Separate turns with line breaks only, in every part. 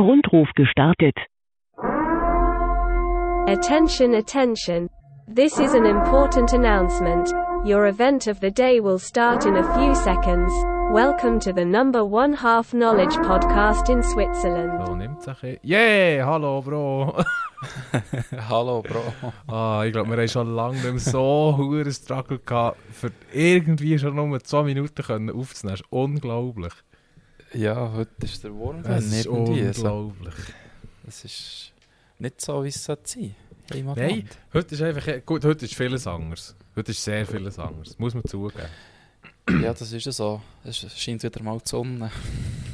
Rundruf gestartet.
Attention, attention. This is an important announcement. Your event of the day will start in a few seconds. Welcome to the number one half knowledge podcast in Switzerland.
So, nimmt sich ein. Yeah, hallo Bro.
Hallo Bro.
ah, ich glaube, wir haben schon lange nicht mehr so einen Struggle gehabt, für irgendwie schon nur zwei Minuten können aufzunehmen. Das ist unglaublich.
Ja, heute ist der Wurm drin,
Es ist
irgendwie. So.
unglaublich.
Es ist nicht so, wie es sein sollte. Hey, Mann,
Nein,
Mann.
heute ist einfach. Gut, heute ist vieles anders. Heute ist sehr vieles anders. Muss man zugeben.
Ja, das ist ja so. Es scheint wieder mal die Sonne.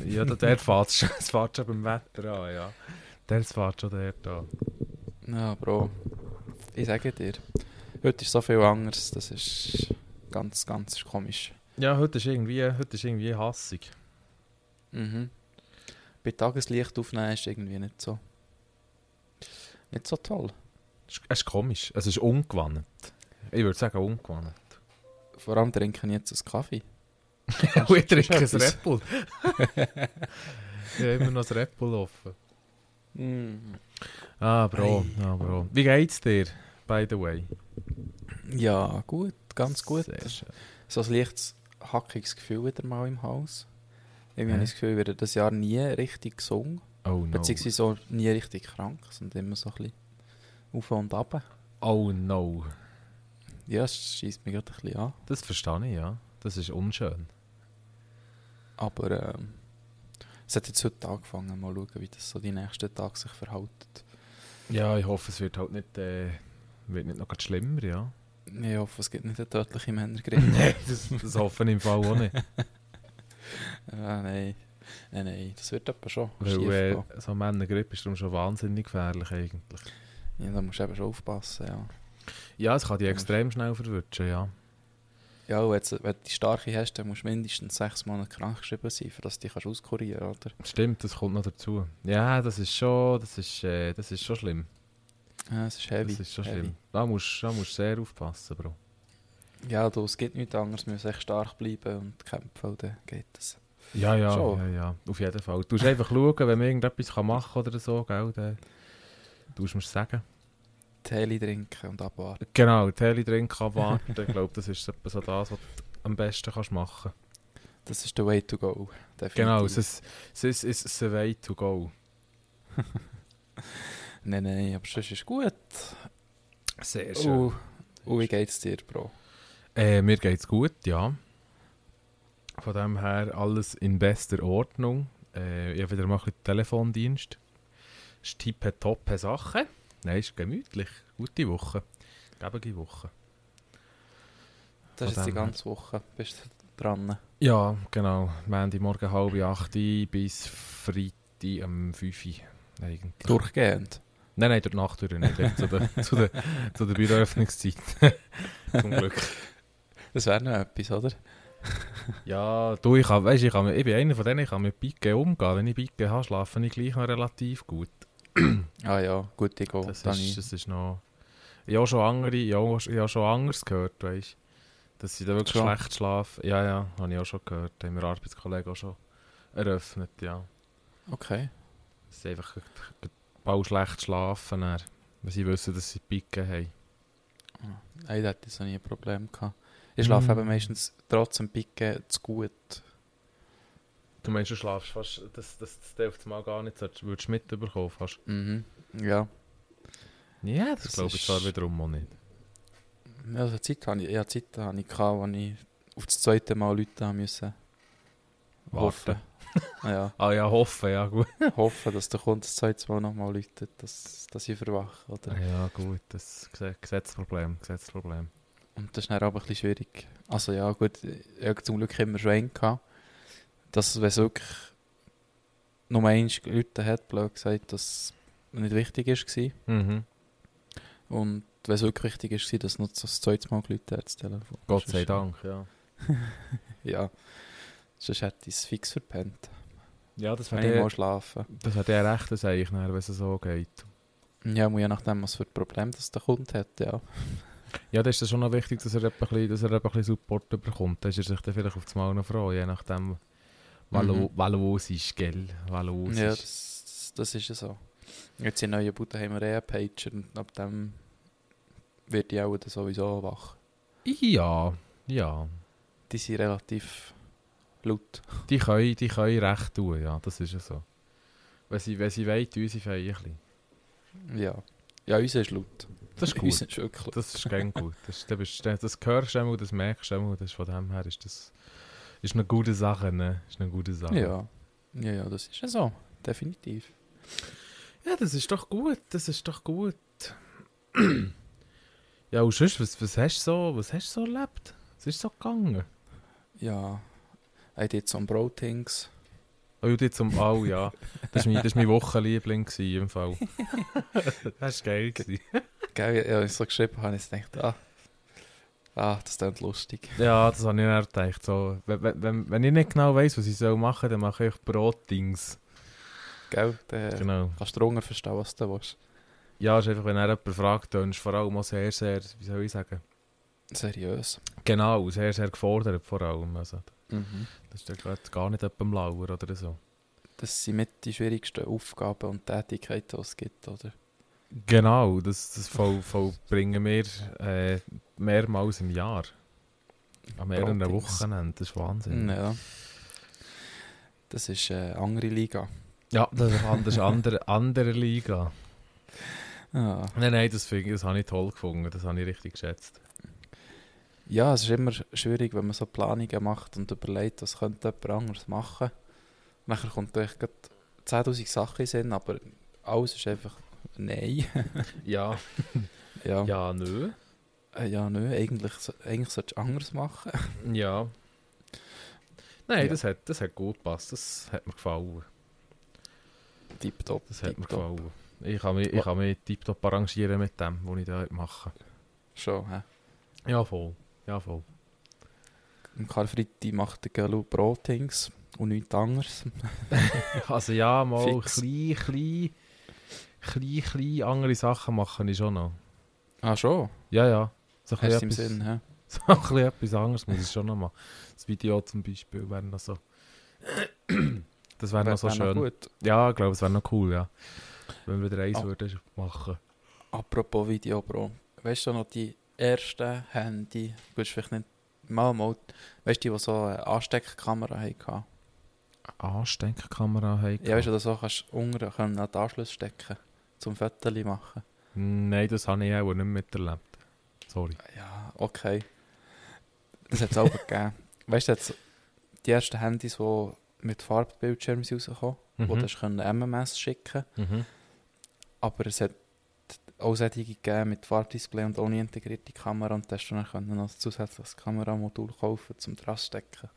Ja, da- der fährt schon, es fährt schon beim Wetter an, ah, ja. Der fährt schon dort an.
Ja, Bro. Ich sage dir, heute ist so viel anders. Das ist ganz, ganz komisch.
Ja, heute ist irgendwie, heute ist irgendwie hassig.
Mhm. Bei Tageslicht aufnehmen ist irgendwie nicht so. Nicht so toll.
Es ist- Es ist komisch. Es ist ungewandt. Ich würde sagen, ungewandt.
Vor allem trinken jetzt einen Kaffee.
Und ich Oh, trinke ein
Hast du etwas?
Red Bull. ich habe immer noch ein Red Bull offen. Ah, Bro. Ah, Bro. Wie geht's dir, by the way?
Ja, gut. Ganz gut.
Sehr schön.
so ein leichtes hackiges Gefühl wieder mal im Hals. Irgendwie
Ja.
habe ich das Gefühl, ich werde das Jahr nie richtig gesungen.
Oh no.
Beziehungsweise auch nie richtig krank. sondern immer so ein bisschen auf und ab.
Oh no.
Ja, das schießt mich gerade ein bisschen an.
Das verstehe ich, ja. Das ist unschön.
Aber ähm, es hat jetzt heute angefangen. Mal schauen, wie das so die nächsten Tage sich verhält.
Ja, ich hoffe, es wird halt nicht, äh, wird nicht noch grad schlimmer, ja.
Ich hoffe, es gibt nicht eine tödliche Männergrippe.
Nein, das, das hoffe ich im Fall auch nicht.
ah, nein. Nein, nein, das wird etwa schon schief
Weil äh,
gehen.
so Männergrippe ist darum schon wahnsinnig gefährlich eigentlich.
Ja, da musst du eben schon aufpassen, ja.
Ja, es kann dich extrem schnell verwirschen, ja.
Ja, und jetzt, wenn du die starke hast, dann musst du mindestens sechs Monate krankgeschrieben sein, für dass du dich auskurieren kannst, oder?
Stimmt, das kommt noch dazu. Ja, das ist schon, das ist, äh, das ist schon schlimm.
Ja, es ist heavy.
Das ist schon
heavy.
schlimm. Da musst da musst du sehr aufpassen, Bro.
Ja, du, es geht nichts anderes. Wir müssen echt stark bleiben und kämpfen, und dann geht das.
Ja, ja,
Schon.
ja, ja. Auf jeden Fall. Du musst einfach schauen, wenn man irgendetwas kann machen kann oder so, gell, dann du musst mir sagen.
Tele trinken und abwarten.
Genau, Tele trinken, abwarten. ich glaube, das ist etwa so das, was du am besten kannst machen
Das ist der Way to go. Definitiv.
Genau, es ist, es ist, es ist the way to go.
Nein, nein, aber sonst ist gut.
Sehr
Und, und wie geht's dir, Bro?
Äh, mir geht's gut, ja. Von dem her alles in bester Ordnung. Äh, ich habe wieder mal ein bisschen Telefondienst. Ist tippetoppe Sache. Nein, ist gemütlich. Gute Woche. Gebige Woche.
Das ist
Von
jetzt die
dem her.
ganze Woche. Bist du dran?
Ja, genau. Montagmorgen morgen halb acht bis Freitag um 5 Uhr. Eigentlich.
Durchgehend.
Nein, nein, durch die Nacht durch nicht. Zu der, zu der, zu der Büroöffnungszeit. Zum Glück.
Das wäre noch etwas, oder?
Ja, du, ich, kann, weißt, ich, kann, ich bin einer von denen, ich kann mit Bike umgehen. Wenn ich Bike habe, schlafe ich gleich noch relativ gut.
Ah ja, gut, ich gehe.
Das
Dann
ist, das ist noch... Ich habe schon andere, ich habe, ich habe schon anders gehört, weißt du. Dass sie da wirklich
Schon?
schlecht schlafen. Ja, ja, habe ich auch schon gehört. Haben wir Arbeitskollegen auch schon eröffnet, ja.
Okay.
Dass sie einfach bald schlecht schlafen, dann, weil sie wissen, dass sie Picken haben.
Nein, da hatte ich so nie ein Problem gehabt. Ich schlafe
Mm.
eben meistens trotz dem Picken zu gut.
Du meinst, du schlafst fast, dass das, das du auf das Mal gar nicht sollst- würdest mitbekommen fast.
Mhm. Ja.
Ja, das,
Das
glaube ich
ist-
zwar wiederum auch nicht.
Ja, Also Zeit habe ich, ja, Zeit habe ich gehabt, als ich auf das zweite Mal Leute haben müssen.
Warten.
Hoffen. ja,
Ah ja, hoffen, ja gut.
hoffen, dass der Kunde das zweite Mal nochmal läutet, dass, dass ich verwache. Oder?
Ja gut, das Gese- Gesetzproblem, Gesetzproblem.
Und das ist dann aber ein bisschen schwierig. Also ja, gut, ich habe zum Glück immer schon einen gehabt, dass wenn es wirklich nur eins Leute hat, blöd gesagt, dass es nicht wichtig war.
Mhm.
Und wenn es wirklich wichtig war, dass noch das zweite Mal Leute hat, das Telefon.
Gott sei
Sonst-
Dank, ja.
Ja, sonst hätte ich es fix verpennt.
Ah, Ja, das
Wenn ich
wäre
mal schlafen.
das wär der rechte Seich, wenn es so geht.
Ja, muss je nachdem, was für ein Problem das der Kunde hat, ja.
Ja, dann ist es schon noch wichtig, dass er etwa ein bisschen, dass er etwa ein bisschen Support bekommt. Dann ist er sich dann vielleicht auf das Mal noch froh, je nachdem, weil
Mhm.
mhm. es ist, gell? Weil es
ja
ist.
das, das ist ja so. Jetzt in neuen Bude haben wir eh einen Pager und ab dem wird die auch dann sowieso wach.
Ja, ja.
Die sind relativ laut.
Die können, die können recht tun, ja, das ist ja so. Wenn sie, wenn sie wollen, tun sie fein ein bisschen.
Ja. Ja, unser ist laut.
Das ist
Unser
gut.
ist wirklich laut.
Das ist ganz gut. Das, ist- da bist, da- das hörst du einmal, das merkst du einmal. Das ist von dem her ist das ist eine gute Sache, ne? Ist eine gute Sache.
Ja. ja, ja, das ist ja so. Definitiv.
Ja, das ist doch gut, das ist doch gut. ja, und sonst, was, was hast du so, was hast du so erlebt? Was ist so gegangen?
Ja. Ich did some Brotings.
Oh, Judith zum Au, ja. Das war mein, das ist mein Wochenliebling gewesen, im Fall. das war geil. Gewesen.
Gell, ja, ich so geschrieben habe, ich gedacht, ah, ah, das klingt lustig.
Ja, das habe ich dann gedacht. So, wenn, wenn- wenn, wenn ich nicht genau weiß, was ich soll machen soll, dann mache ich Brotdings.
Gell, dann
Genau.
kannst du darunter verstehen, was du willst.
Ja, ist einfach, wenn er jemand fragt, dann ist vor allem auch sehr, sehr, wie soll ich sagen?
Seriös.
Genau, sehr, sehr gefordert vor allem. Also,
Mhm.
das ist ja gerade gar nicht jemandem lauer oder so.
Das sind mit die schwierigsten Aufgaben und Tätigkeiten, die es gibt, oder?
Genau, das, das voll, voll bringen wir äh, mehrmals im Jahr. An mehreren
Brotdings.
Wochenenden, das ist Wahnsinn.
Ja. Das ist eine andere Liga.
Ja, das ist anders, andere, andere Liga.
Ah.
Nein, nein, das, find, ich- das habe ich toll gefunden, das habe ich richtig geschätzt.
Ja, es ist immer schwierig, wenn man so Planungen macht und überlegt, was könnte jemand anderes machen. Nachher kommt echt gerade 10'000 Sachen in den Sinn, aber alles ist einfach nein.
Ja,
Ja, ja.
ja, nö.
Äh, ja nö, eigentlich, so- eigentlich solltest du anders machen.
Ja. Nein,
Ja.
Das, hat, das hat gut gepasst, das hat mir gefallen.
Tipptopp,
Das hat mir
tipptopp.
gefallen. Ich kann mich, ich kann mich tiptop arrangieren mit dem, was ich da mache.
Schon, hä?
Ja, voll. Ja, voll.
Am Karfreitag macht der Gelo Brotings und nichts anderes.
Also ja, mal
Fix.
klein, klein, klein, klein andere Sachen machen ich schon noch.
Ah, schon?
Ja, ja. So
Hast du im
etwas-
Sinn, hä?
So ein bisschen etwas anderes muss ich schon noch machen. Das Video zum Beispiel wäre noch so... Das wäre noch so
Wär- wär
schön.
gut.
Ja, ich glaube, es wäre noch cool, ja. Wenn wir drei
Ah.
würden machen.
Apropos Video, Bro. Weißt du noch die ersten Handy? Gut, ist vielleicht nicht mal mal. Weißt du, die, die so eine Ansteckkamera hatten?
Ansteckkamera haben.
Ja, weißt du, dass du so kannst unten können an den Anschluss stecken zum Fotos machen.
Nein, das habe ich auch nicht miterlebt. Sorry.
Ja, okay. Das hat es auch gegeben. Weißt du, jetzt die ersten Handys, die mit Farbbildschirmen sind rausgekommen wo
Mhm.
du hast können MMS schicken
Mhm.
Aber es hat auch solche gegeben mit Farbdisplay und ohne integrierte Kamera. Und da hast du dann können noch ein zusätzliches Kameramodul kaufen, zum dran zu stecken.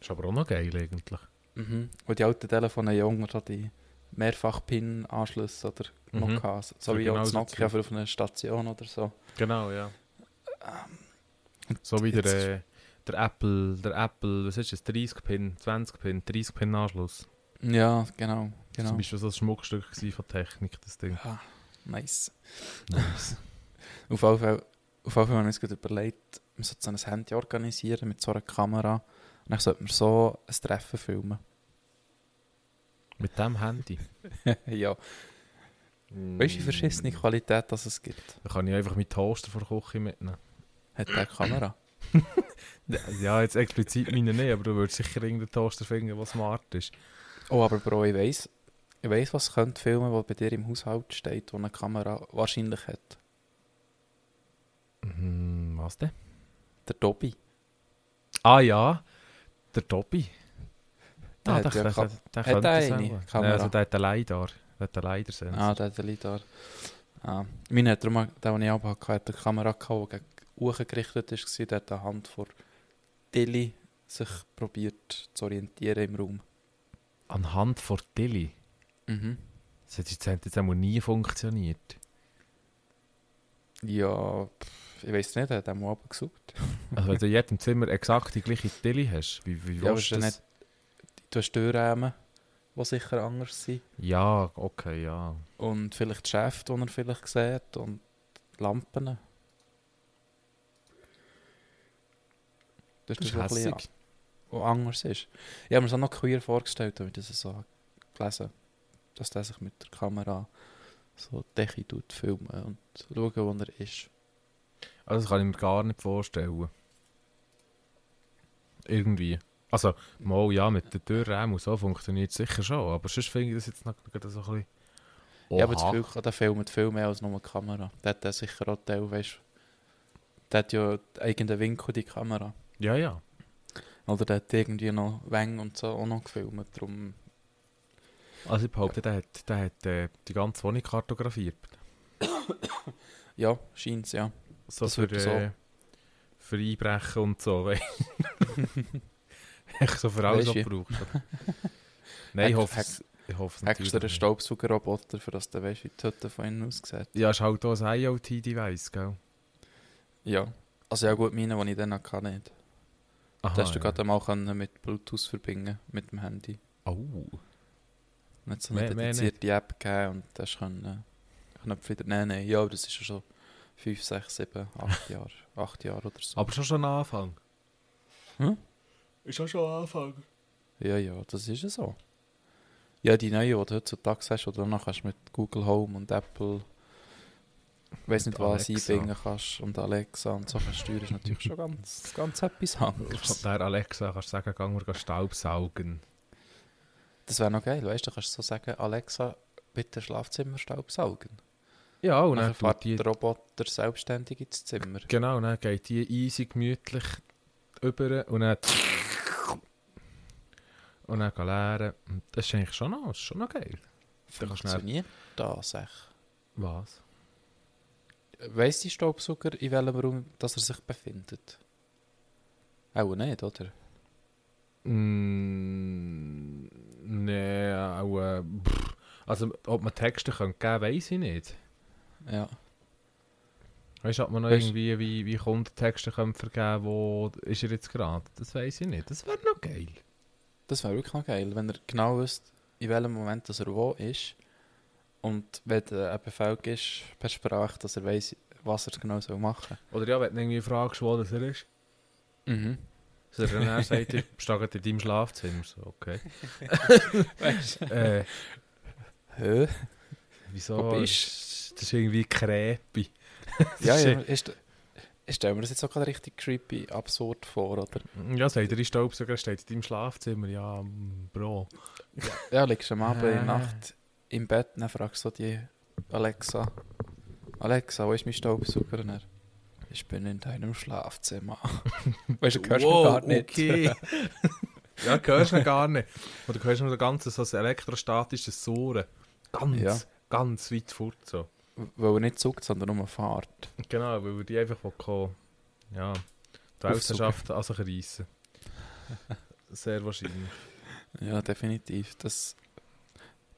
Ist aber auch noch geil eigentlich.
Mhm. Und die alten Telefone junger so die Mehrfach-Pin-Anschlüsse oder
Mhm.
noch gehabt, so, so
Für
wie auch
genau
das
so
Nokia
Zeug.
für auf einer Station oder so.
Genau, ja. So wie der,
jetzt ist-
äh, der Apple, der Apple, was ist das, 30-Pin, 20-Pin, 30-Pin-Anschluss.
Ja, genau,
Genau.
genau.
Zum Beispiel so ein Schmuckstück gewesen von Technik, das Ding.
Ja, nice.
Nice.
Auf jeden Fall, auf jeden Fall haben wir uns gerade überlegt, wir sollten so ein Handy organisieren mit so einer Kamera. Und dann sollten wir so ein Treffen filmen.
Mit dem Handy.
ja. Weißt du, wie verschissene Qualität das es gibt?
Da kann ich einfach meinen Toaster von der Küche mitnehmen.
Hat der eine Kamera?
Ja, jetzt explizit meine nicht, aber du würdest sicher irgendeinen Toaster finden, der smart ist.
Oh, aber Bro, ich weiss, ich weiss was könnte filmen, was bei dir im Haushalt steht, wo eine Kamera wahrscheinlich hat.
Mhm, was denn?
Der Dobby.
Ah ja, der Tobi.
Ah, Der hat ja Ka-
der
hat er
das
eine
auch. Nein,
Kamera?
Also der hat einen Lidar. Der hat einen Lidar-Sensor.
Ah, der hat den Lidar. Ah. Meine hat darum, der, den ich auch hatte, hat eine Kamera gehabt, die gegen Uhren gerichtet war. Der hat eine Hand vor Tilly sich probiert zu orientieren im Raum.
Anhand von Tilly.
Mhm.
Das hat jetzt, hat jetzt einmal nie funktioniert.
Ja, pff, ich weiss nicht, er hat den mal gesucht.
Also wenn du in jedem Zimmer exakt die gleiche Tilly hast, wie, wie
Ja, aber
willst du
ist ja
das?
Du hast Türrahmen, die sicher anders sind.
Ja, okay, ja.
Und vielleicht die Schäfte, die er vielleicht sieht. Und die Lampen. Das ist das, was ein bisschen
hässig.
was anders ist. Ich habe mir das auch noch queer vorgestellt, habe ich das so gelesen dass der sich mit der Kamera so Decke tut, filmen und schauen, wo er ist.
Also das kann ich mir gar nicht vorstellen. Irgendwie. Also, mal ja, mit der Türrahmen und so funktioniert es sicher schon, aber sonst finde ich das jetzt noch gerade so ein bisschen...
Ich habe das
Oha.
Gefühl, gehabt, der filmt viel mehr als nur die Kamera. Der hat der sicher auch Teil, weißt du. Der hat ja irgendeinen Winkel, die Kamera.
Ja, ja.
Oder der hat irgendwie noch Wänge und so auch noch gefilmt. Darum
Also ich behaupte, der hat, der hat äh, die ganze Wohnung kartografiert.
Ja, scheint es, ja.
So
Das
für,
würde so.
äh, für Einbrechen und so, weißt du. Echt so für alles
Weisst du.
abgebraucht. oder? Nein, ich
Hack-
hoffe es ich hoffe es
Hackst du dir einen
natürlich nicht.
Staubsaugerroboter, für das du weißt, wie die Hütte von innen aussieht?
Ja, ist halt auch ein IoT-Device, gell?
Ja. Also ja gut, meine, die ich dann kann nicht.
Aha,
das hast du
Ah, ja.
gerade mal können mit Bluetooth verbinden, mit dem Handy.
Au.
Nicht so eine
Mehr- mehr
dedizierte App gegeben und das können äh, Knöpfe wieder... Nein, nein, ja, aber das ist ja schon 5, 6, 7, 8 Jahre. 8 Jahre oder so.
Aber schon schon ein Anfang.
Hm?
Ist auch schon ein Anfang.
Ja, ja, das ist ja so. Ja, die neuen, die du heutzutage hast, oder danach kannst du mit Google Home und Apple, weiß
Und
nicht was,
Alexa.
einbringen kannst und Alexa und so kannst du steuern, ist natürlich schon ganz, ganz etwas anderes.
Der Alexa, kannst du sagen, gehen wir gehen Staubsaugen.
Das wäre noch geil, weißt du, du kannst so sagen, Alexa, bitte Schlafzimmer staubsaugen.
Ja, und
Und dann
dann tut Oh,
fährt
die...
der Roboter selbstständig ins Zimmer.
Genau, dann geht die easy gemütlich über und dann... Und dann gehen leeren. Und Das ist eigentlich schon noch, das ist schon noch geil. dann kannst du dann-
Funktioniert das echt?
Was?
Weiss die Staubsauger, in welchem Raum dass er sich befindet? Auch nicht, oder?
Mm, nee, auch... Äh, pff. also, ob man Texte geben könnte, weiss ich nicht.
Ja.
Weißt du, ob man noch
Weisst-
irgendwie wie, wie Kundentexte können vergeben wo ist er jetzt gerade? Das weiß ich nicht. Das wäre noch geil.
Das wäre wirklich noch geil, wenn er genau wüsste, in welchem Moment dass er wo ist. Und wenn der Befehl ist, per Sprache, dass er weiß, was er genau soll machen
Oder ja, wenn du irgendwie fragst, wo das er ist.
soll. Mhm.
So, dann er sagt, ich stehe in deinem Schlafzimmer. So, okay.
Weißt
Äh,
du?
wieso?
Wo
bist Das ist irgendwie Creepy.
Ja,
ist-
ja. Ist, ich stelle mir das jetzt auch gerade richtig creepy, absurd vor, oder?
äh, Ja, sagt er, ich Staubsauger steht in deinem Schlafzimmer. Ja, mm, Bro.
Ja, liegst am Abend in
Äh.
der Nacht im Bett, dann fragst du die Alexa, Alexa, wo ist mein Staubsauger? Und er, Ich bin in deinem Schlafzimmer. weißt du, du hörst mich gar nicht.
okay. ja, hörst du ihn gar nicht. Oder hörst du noch ganz so ein elektrostatisches Sauren. Ganz,
Ja.
ganz weit fort so.
Weil er nicht zuckt, sondern nur fährt.
Genau, weil wir die einfach kommen. Ja, die
Aufsuchen.
Wissenschaft an sich reissen. Sehr wahrscheinlich.
Ja, definitiv. Das,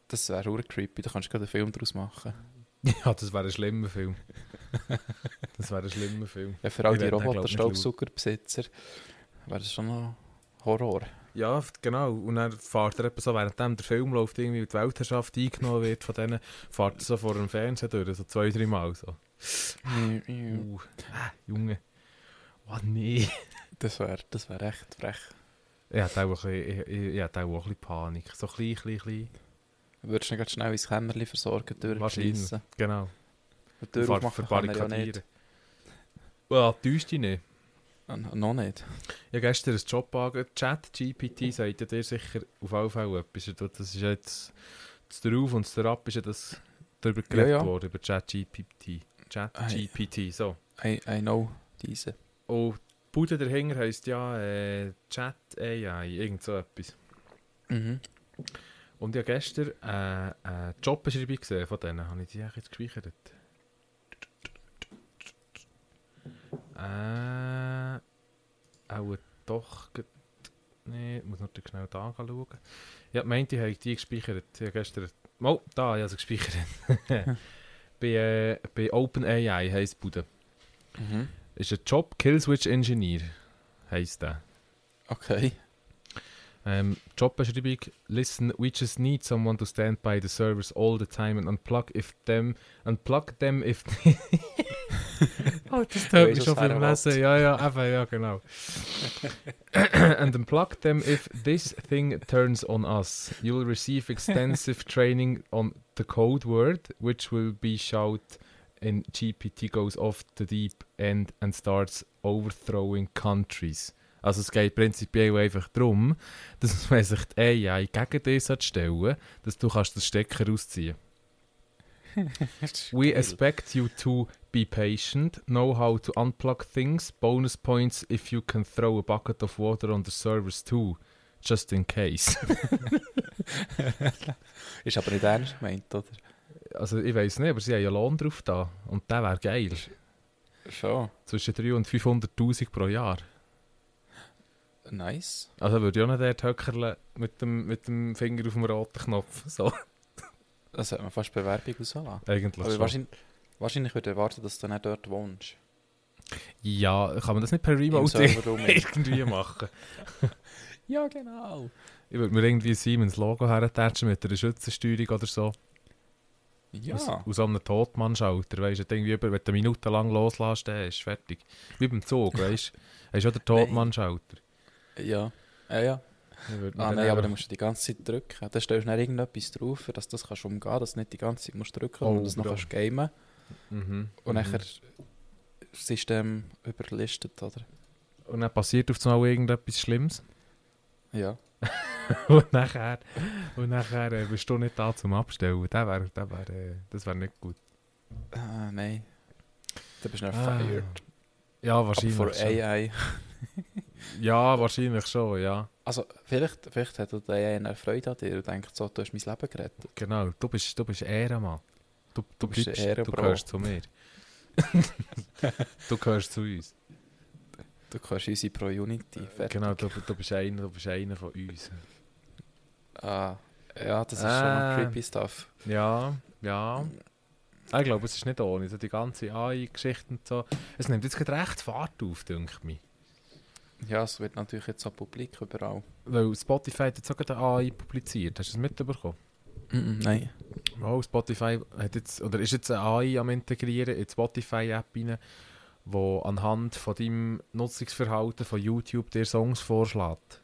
das wäre auch creepy. Da kannst du gerade einen Film draus machen.
Ja, das wäre ein schlimmer Film. Das wäre ein schlimmer Film.
Ja, für all
Ich
die
werd den, glaub,
Roboter-Staubsaugerbesitzer wäre das schon noch Horror.
Ja, f- genau. Und dann fährt er etwa so, währenddem der Film läuft, irgendwie die Weltherrschaft eingenommen wird von denen, fährt er so vor dem Fernseher durch, so zwei, drei Mal so. Uh, ah, Junge. Oh nee.
Das wäre das wär echt frech.
Ich hatte auch ein bisschen, ich, ich, ich hatte auch ein bisschen Panik. So klein, klein, klein.
Würdest du ihn grad schnell ins Kämmerchen versorgen,
Wahrscheinlich.
durchschiessen?
Genau.
Die Tür
Ver-
aufmachen kann man ja nicht.
Ja, täuscht dich nicht.
Ah, Noch nicht.
Ja, gestern ein Job angehört. ChatGPT sagt ja dir sicher auf alle Fälle etwas. Und Das ist ja jetzt das Drauf und das Derab ist ja das darüber geredet
ja.
worden, über ChatGPT. ChatGPT, so.
I, I know diese.
Und die Bude dahinter heisst ja äh, Chat AI, irgend so etwas.
Mhm.
Und ja, gestern äh, eine Jobbeschreibung gesehen von denen. Habe ich die eigentlich jetzt gespeichert? Äh, auch doch. ged- Nee, ich muss natürlich schnell da anschauen. Ja, meinte, ich habe die gespeichert. Ja, gestern. Oh, da, ich habe sie gespeichert. bei, äh, bei OpenAI heisst die Bude.
Mhm.
Ist ein Job Killswitch Engineer, heisst der.
Okay.
Ähm, Jobbeschreibung: Listen, we just need someone to stand by the servers all the time and unplug if them, unplug them if. oh, das
Du
hört
weißt,
mich schon
was
beim
er
Lesen.
will.
Ja, ja, eben, ja, genau. and unplug them if this thing turns on us. You'll receive extensive training on the code word, which will be shout in GPT goes off the deep end and starts overthrowing countries. Also es geht prinzipiell einfach darum, dass man sich die AI gegen dich stellen sollte, dass du kannst den Stecker rausziehen We expect you to be patient, know how to unplug things, bonus points if you can throw a bucket of water on the servers too, just in case.
Ist aber nicht ernst gemeint, oder?
Also ich weiß nicht, aber sie haben ja Lohn drauf da und der wäre geil.
Schon.
Zwischen 300.000 und 500'000 pro Jahr.
Nice.
Also würde ich auch nicht dort höckerle mit dem, mit dem Finger auf dem roten Knopf. So,
Das hat man fast Bewerbung rauslassen.
eigentlich
Aber
schon.
wahrscheinlich, wahrscheinlich würde ich erwarten, dass du nicht dort wohnst.
Ja, kann man das nicht per
Im
Remote
Serverraum.
irgendwie machen?
ja, genau.
Ich würde mir irgendwie ein Siemens-Logo hertätschen mit einer Schützensteuerung oder so. Aus,
Ja.
aus einem Totmannschalter, weißt du, irgendwie, über- wenn du eine Minute lang loslässt, dann ist fertig. Wie beim Zug, weißt du, hast du auch den Totmannschalter.
Ja. Ja, ja.
Ich würd mir
Ah,
dann
nein,
auch-
aber dann musst du die ganze Zeit drücken. Dann stellst du dann irgendetwas drauf, dass du das kannst umgehen kannst, dass du nicht die ganze Zeit musst drücken
Oh,
und das noch
bro.
kannst gamen
Mhm.
Und
mhm.
nachher das System überlistet, oder?
und dann passiert auf einmal irgendetwas Schlimmes.
Ja.
und nachher, und nachher äh, bist du nicht da zum Abstellen. Das wäre das wär, äh, das wär nicht gut.
Ah, nein. Dann bist du dann
Ah,
fired.
Ja,
Aber
wahrscheinlich.
vor
schon.
AI.
Ja, wahrscheinlich schon, ja.
Also, vielleicht, vielleicht hat die AI eine Freude an dir und denkt so, du hast mein Leben gerettet.
Genau, du bist, du bist Ehrenmann. Du, du,
bist ein
bleibst- du
Ehrenbro.
gehörst zu mir. du gehörst zu uns.
Du kannst unsere Pro Unity fertig.
Genau, du, du, bist einer, du bist einer von uns.
Ah, ja, das ist
Ah.
schon noch creepy Stuff.
Ja, ja. Ah, Ich glaube, es ist nicht ohne. So die ganze AI-Geschichte und so. Es nimmt jetzt gerade recht Fahrt auf, denke ich.
Ja, es wird natürlich jetzt auch publik überall.
Weil Spotify hat jetzt auch gerade eine AI publiziert. Hast du das mitbekommen?
Nein.
Oh, Spotify hat jetzt, oder ist jetzt eine eh, AI am integrieren in die Spotify-App rein, wo anhand von deinem Nutzungsverhalten von YouTube dir Songs vorschlägt.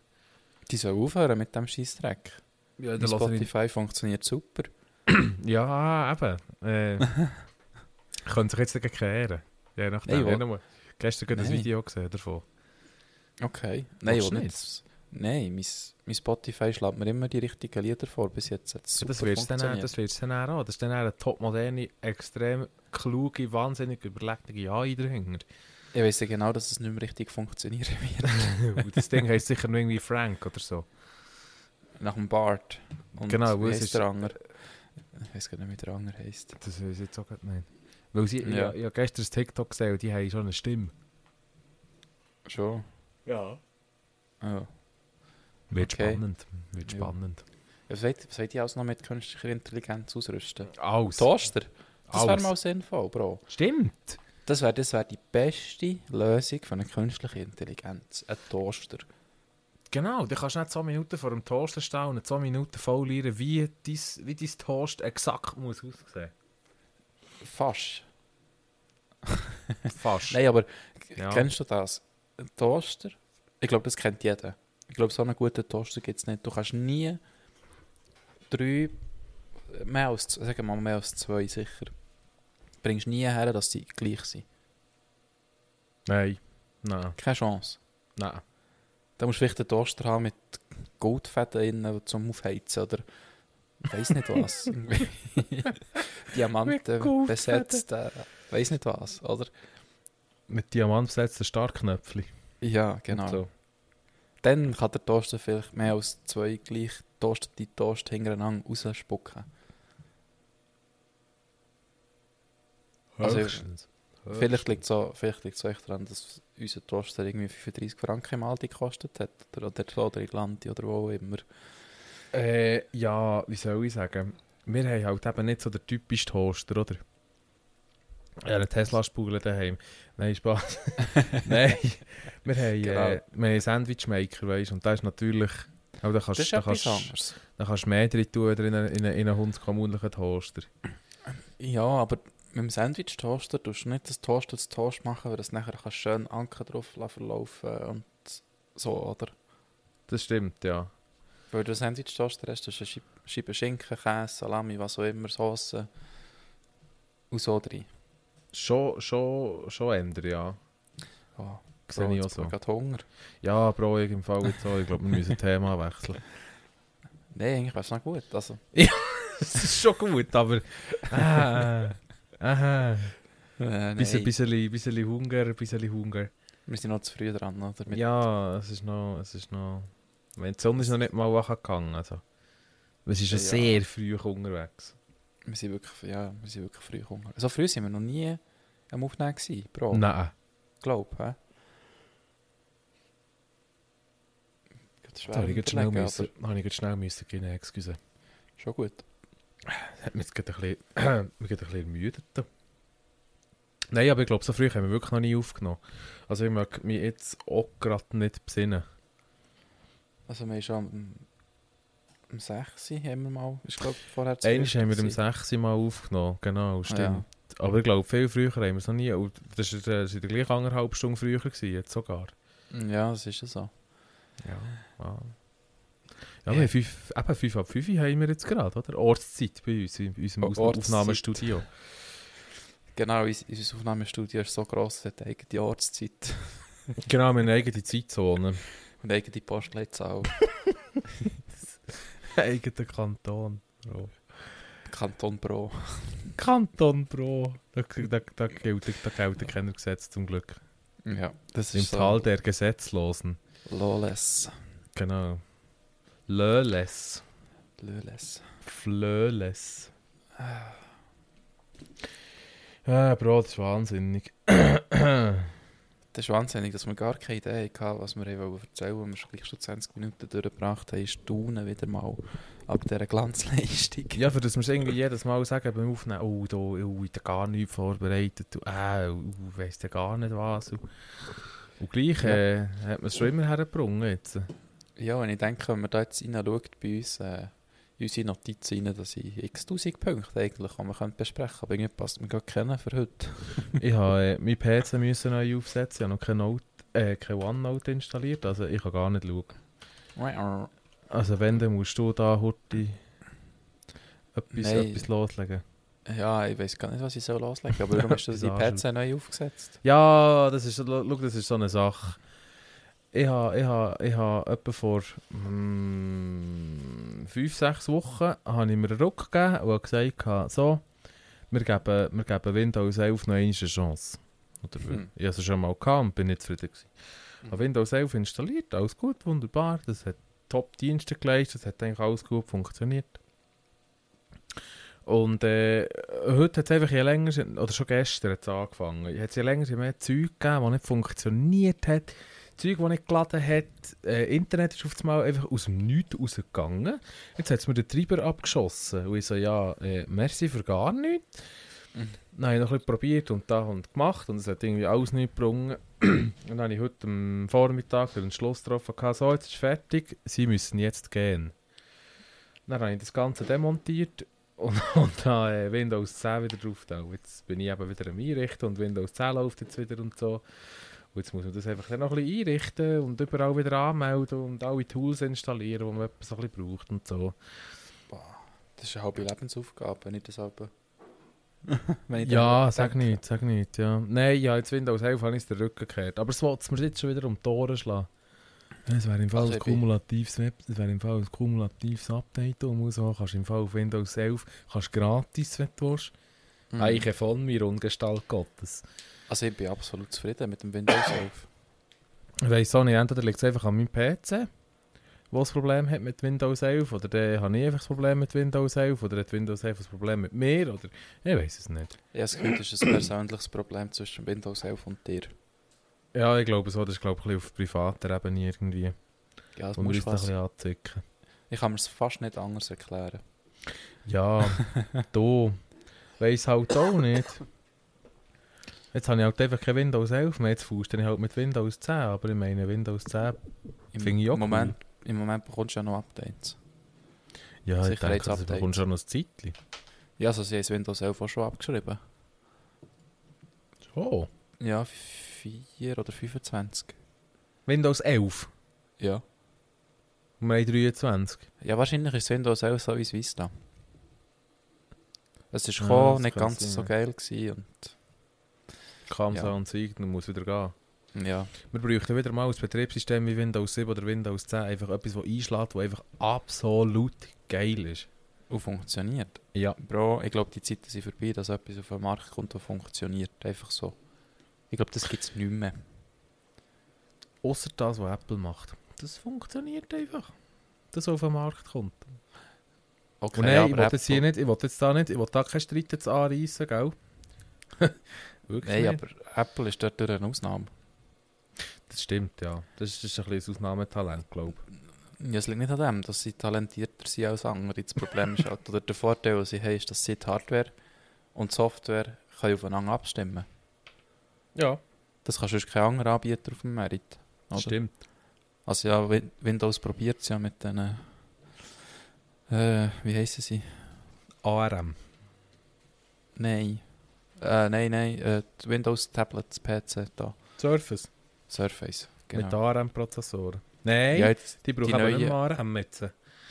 Die sollen aufhören mit dem Scheißdreck.
Ja,
Mein Spotify funktioniert super.
Ja, eben. Äh, könnte sich jetzt dagegen kehren. Ja, nachdem.
Nein,
Nein,
wo-
ich habe gestern gerade ein
Nein.
Video gesehen davon.
Okay. Nein,
Willst du
ich will nicht. Nein, mein, mein Spotify schlägt mir immer die richtigen Lieder vor. Bis jetzt hat es super
das wird es dann,
funktioniert.
das wird's dann auch. Das ist dann auch eine topmoderne, extrem kluge, wahnsinnig überlegte AI dahinter.
Ich weiß ja genau, dass es nicht mehr richtig funktionieren wird.
Und das Ding heisst sicher noch irgendwie Frank oder so.
Nach dem Bart. Und
Genau, weil
wie
es
heißt
ist-
der andere? Ich weiß gar nicht, wie der andere heisst.
Das weiß ich jetzt auch gerade nicht. Weil sie,
Ja.
ja. ich, ich habe gestern ein TikTok gesehen und die haben schon eine Stimme.
Schon.
Ja.
Ja.
Wird
Okay.
spannend. Wird
Ja.
spannend.
Was wollt was wollt ihr alles noch mit künstlicher Intelligenz ausrüsten?
Alles.
Toaster? Das wäre
Alles.
mal sinnvoll, Bro.
Stimmt.
Das wäre das wär die beste Lösung von einer künstlichen Intelligenz. Ein Toaster.
Genau, du kannst nicht zwei Minuten vor dem Toaster stehen und zwei Minuten faulieren, wie dein, wie dein Toast exakt muss aussehen.
Fast.
Fast.
Nein, aber
Ja.
kennst du das? Ein Toaster? Ich glaube, das kennt jeder. Ich glaube, so einen guten Toaster gibt es nicht. Du kannst nie drei, mehr als, z- sagen wir mal, mehr als zwei sicher. Bringst nie her, dass die gleich sind.
Nein. Nein.
Keine Chance.
Nein.
Da musst du vielleicht einen Toaster haben mit Goldfäden innen zum Aufheizen oder weiß nicht was.
Mit
Diamanten
Goldfäden.
besetzt, äh, weiß nicht was, oder?
Mit Diamant besetzten Startknöpfchen.
Ja, genau.
Und So.
Dann kann der Toaster vielleicht mehr als zwei gleich toastete Toast hintereinander rausspucken. Also,
Höchstens.
Vielleicht liegt es auch, vielleicht liegt's auch echt daran, dass unser Toaster irgendwie 35 Franken im Aldi gekostet hat. Oder, oder so, oder in Landi, oder wo auch immer.
Äh, ja, wie soll ich sagen? Wir haben halt eben nicht so den typischen Toaster, oder? Ja, eine Tesla-Spule daheim. Nein, Spaß. Nein, wir haben,
Genau.
äh, wir haben einen Sandwich-Maker, weißt du, und da ist natürlich Aber da kannst,
Das ist
da
etwas
kannst,
anderes.
da kannst du mehr drin tun, oder in einen, in einen, in einen hundskommunlichen Toaster.
Ja, aber mit dem Sandwich-Toaster tust du nicht das Toaster zu Toast machen, weil das nachher kannst du schön Anker drauf lassen verlaufen und so, oder?
Das stimmt, ja.
Weil du einen Sandwich-Toaster hast, hast du eine Schieb- Scheibe Schinken, Käse, Salami, was auch immer, Soße und so drin.
Schon, schon, schon ändern, ja.
Oh,
Sehe
Bro,
ich auch
jetzt
so.
bekomme ich gerade Hunger.
Ja, Bro, ich im Fall jetzt so. Ich glaube, wir müssen Thema wechseln.
Nein, eigentlich wäre es noch gut. Also,
das ist schon gut, aber... Ah, aha.
äh,
Bisschen,
nein,
bisschen, bisschen Hunger, bisschen Hunger.
Wir sind noch zu früh dran, oder? Mit-
Ja, es ist noch... Es ist noch... Ich meine, Die Sonne ist noch nicht mal wach gegangen, also... Es ist schon
Ja.
sehr früh unterwegs.
Wir, sind wirklich, ja, wir sind wirklich früh Hunger. So früh sind wir noch nie am Aufnehmen gewesen, Bro.
Nein.
Glaub, hä?
Da habe ich gerade schnell müssen... Da habe ich gerade schnell müssen gehen, excuse.
Schon gut.
Das hat mich jetzt gerade ein bisschen, mich gerade ein bisschen ermüdet. da. Nein, aber ich glaube, so früh haben wir wirklich noch nie aufgenommen. Also ich mag mich jetzt auch gerade nicht besinnen.
Also wir haben schon am, am 6. Uhr haben wir mal, ich glaube vorher zu
Eines
früh
haben wir am
gewesen. Ah,
6. Mal aufgenommen, genau, stimmt.
Ja.
Aber ich glaube, viel früher haben wir es noch nie. Und Das war das war gleich anderthalb Stunden früher, gewesen, jetzt sogar.
Ah, Ja, das ist ja so.
Ja, wow. Ja, wir haben fünf, eben 5 ab 5 haben wir jetzt gerade, oder? Ortszeit bei uns, in unserem
O-
Aus-
Ortszeit.
Aufnahmestudio.
Genau, unser, unser Aufnahmestudio ist so gross, es hat eine eigene Ortszeit
genau, wir haben eine eigene Zeitzone.
und eine eigene Postleitzahl.
eigenen Kanton.
Kanton Pro.
Kanton Pro. Da, da, da, gelten, da gelten keine Gesetze zum Glück.
Ja, das
Im
ist so.
Tal der Gesetzlosen.
Lawless.
Genau. Löles.
Lawless.
Flöles. Ah, Bro, das ist wahnsinnig.
Das ist wahnsinnig, dass wir gar keine Idee hatten, was wir haben wollen erzählen wollten. Wir haben gleich schon 20 Minuten durchgebracht haben, staunen wieder mal ab dieser Glanzleistung.
Ja, für das wir es irgendwie jedes Mal sagen beim Aufnehmen, oh, da, oh, ich habe gar nichts vorbereitet, und, äh, oh, weiss ja gar nicht was. Und, und gleich äh, hat man es schon immer hergebrungen jetzt.
Ja, und ich denke, wenn man da jetzt hineinschaut bei uns, äh, in unsere Notizen rein, dass ich x tausend Punkte eigentlich die man könnte besprechen aber irgendwie passt mir gar kennen für heute.
Ich habe äh, mein PC müssen neu aufsetzen, ich habe noch keine, Note, äh, keine OneNote installiert, also ich kann gar nicht schauen.
Wow.
Also wenn, dann musst du da heute etwas,
Nein.
etwas loslegen.
Ja, ich weiß gar nicht, was ich soll loslegen, aber warum hast du die
Bizarre.
PC neu aufgesetzt?
Ja, das ist, schau, das ist so eine Sache. Ich habe, ich habe, ich habe etwa vor mm, fünf, sechs Wochen habe ich mir einen Ruck gegeben und habe gesagt, gehabt, so, wir geben, wir geben Windows 11 noch einmal eine Chance. Oder,
Hm.
Ich habe es schon mal gehabt und bin nicht zufrieden. gewesen.
Mhm.
Habe Windows 11 installiert, alles gut, wunderbar, das hat Top-Dienste geleistet, das hat eigentlich alles gut funktioniert. Und äh, heute hat es einfach je länger, oder schon gestern hat es angefangen, hat es je länger je mehr Zeug gegeben, das nicht funktioniert hat, Zeug, das nicht geladen hat, äh, Internet ist auf einmal einfach aus dem Nichts rausgegangen. Jetzt hat es mir den Treiber abgeschossen und ich so, ja, äh, merci für gar nichts.
Mhm.
Dann habe ich noch ein bisschen probiert und da und gemacht und es hat irgendwie alles nicht gebrungen. und dann habe ich heute am Vormittag den Schluss getroffen, gehabt, so, jetzt ist fertig, sie müssen jetzt gehen. Dann habe ich das Ganze demontiert und, und habe äh, Windows 10 wieder drauf. da. Und Jetzt bin ich eben wieder am Einrichten und Windows 10 läuft jetzt wieder und so. Und jetzt muss man das einfach dann noch ein bisschen einrichten und überall wieder anmelden und alle Tools installieren, die man etwa so ein bisschen braucht und so.
Das ist eine halbe Lebensaufgabe, wenn ich das aber... Wenn ich
Ja,
daran
sag
denke.
nicht, sag nicht, ja. Nein, ja, jetzt Windows 11 habe ich es den Rücken gekehrt. Aber es wollte es mir jetzt schon wieder um die Ohren schlagen. Es wäre im Fall
Also
ein
ich bin-
kumulatives, Web- es wäre im Fall ein kumulatives Update, das man muss haben. Kannst im Fall auf Windows 11 kannst gratis, wenn du willst.
Mhm.
Eiche von mir, Ungestalt Gottes.
Also ich bin absolut zufrieden mit dem Windows 11.
Ich weiss auch nicht, entweder liegt es einfach an meinem PC, wo das Problem hat mit Windows 11, oder dann habe ich einfach das Problem mit Windows 11, oder hat Windows 11 ein Problem mit mir, oder... Ich weiss es nicht.
Ich habe das Gefühl, das ist ein persönliches Problem zwischen Windows 11 und dir.
Ja, ich glaube so, das ist glaube ich ein bisschen auf privater Ebene irgendwie.
Ja, das
wo wir
muss
uns da ein
fast...
bisschen anzicken.
Ich kann mir es fast nicht anders erklären.
Ja, du. Weiss halt auch nicht. Jetzt habe ich halt einfach kein Windows 11 mehr, jetzt fußt ich halt mit Windows 10, aber ich meine, Windows 10
Im
Finde ich auch
Moment, im Moment bekommst du ja noch Updates.
Ja, ich denke,
Sicherheitsupdate.
das bekommst du auch noch ein Zeitchen.
Ja, also sie haben das Windows 11 auch schon abgeschrieben.
Oh.
Ja, 4 oder 25.
Windows um 11.
Ja.
Und wir haben 23.
Ja, wahrscheinlich ist Windows 11 so wie das Vista. Es ist
Ja,
gekommen,
das
nicht
kann
ganz
sein,
so
ja.
geil gewesen
Kam
Ja.
so und zeigt, dann muss wieder gehen.
und ja.
Wir bräuchten wieder mal ein Betriebssystem wie Windows 7 oder Windows 10. Einfach etwas, das einschlägt, das einfach absolut geil ist.
Und funktioniert.
Ja.
Bro, ich glaube, die Zeiten sind vorbei, dass etwas auf den Markt kommt, das funktioniert. Einfach so. Ich glaube, das gibt es nicht mehr.
Außer das, was Apple macht. Das funktioniert einfach. Das, was auf den Markt kommt.
Okay,
Und nein, ich
aber
will jetzt hier
Apple-
nicht, ich will jetzt da nicht, ich will da keinen Streit jetzt anreissen, gell? Wirklich
Nein,
nicht.
aber Apple ist dort durch eine Ausnahme.
Das stimmt, ja. Das ist, das ist ein bisschen ein Ausnahmetalent, glaube ich.
Ja, es liegt nicht an dem, dass sie talentierter sind als andere. Das Problem ist halt, oder der Vorteil, den sie haben, ist, dass sie die Hardware und die Software können aufeinander abstimmen
Ja,
Das kann sonst kein anderer Anbieter auf dem Merit.
das
Oder?
stimmt.
Also ja, Win- Windows probiert es ja mit den... Äh, wie heissen sie?
ARM.
Nein. Äh, nein, nein, äh, die Windows Tablets, PC da.
Surface.
Surface,
Mit
genau.
ARM-Prozessoren. Nein,
Ja, jetzt,
die brauchen
die
aber
neuen-
nicht mehr ARM jetzt.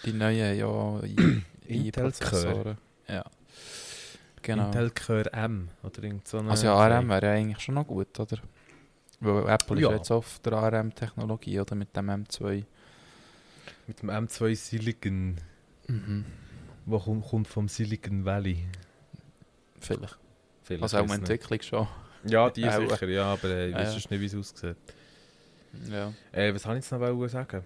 die neuen haben ja i-
Intel
i-Prozessoren. Ja. Genau.
Intel Core M oder irgend so eine
Also ja, ARM wäre ja eigentlich schon noch gut, oder? Weil Apple
Ja.
ist jetzt auf der ARM-Technologie, oder? Mit dem M2.
Mit dem M2 Silicon.
Mhm.
Was kommt, kommt vom Silicon Valley?
Vielleicht.
Vielleicht
Also auch
weiss
eine
nicht.
Entwicklung schon.
Ja, die
Auch.
sicher, ja, aber äh, ich
Ja,
weiß
ja.
sonst nicht, wie es aussieht.
Ja.
Äh, was wollte ich jetzt noch wollen sagen?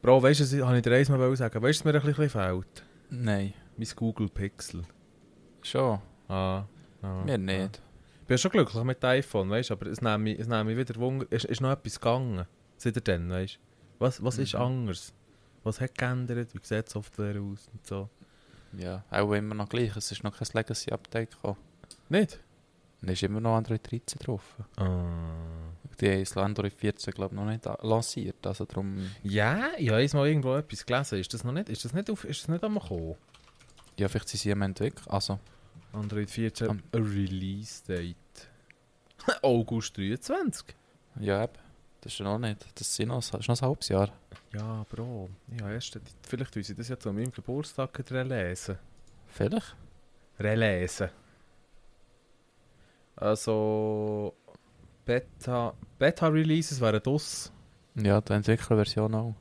Bro, weißt du, was ich- habe ich dir eins mal wollen sagen? Weißt du, was mir ein bisschen fehlt?
Nein.
Mein Google Pixel.
Schon.
Ah. ah,
Mir
ah.
nicht.
Ich bin schon glücklich mit dem iPhone, weißt du, aber es nimmt mich, es nimmt mich wieder Wunder. Ist, ist noch etwas gegangen? Seit er dann, weißt du? Was, was ist
Mhm.
anders? Was hat geändert? Wie sieht die Software aus und so?
Ja. Auch immer noch gleich. Es ist noch kein Legacy-Update gekommen.
Nicht?
Da ist immer noch Android 13 drauf.
Ah.
Die haben das Android 14, glaube ich, noch nicht a- lanciert. Also darum...
Ja, ich habe jetzt mal irgendwo etwas gelesen. Ist das noch nicht? Ist das nicht auf? Ist das nicht am kommen?
Ja, vielleicht sind sie am entwickeln. Also,
Android 14
Am-
Release Date. August 23.
ja eben. Das ist ja noch nicht. Das, sind noch, das ist noch ein halbes Jahr.
Ja, Bro. Ja, erst, vielleicht tun sie das ja zu meinem Geburtstag gerade relesen.
Vielleicht.
Relesen. Also Beta Beta Releases wären das.
Ja, die Entwicklerversion auch.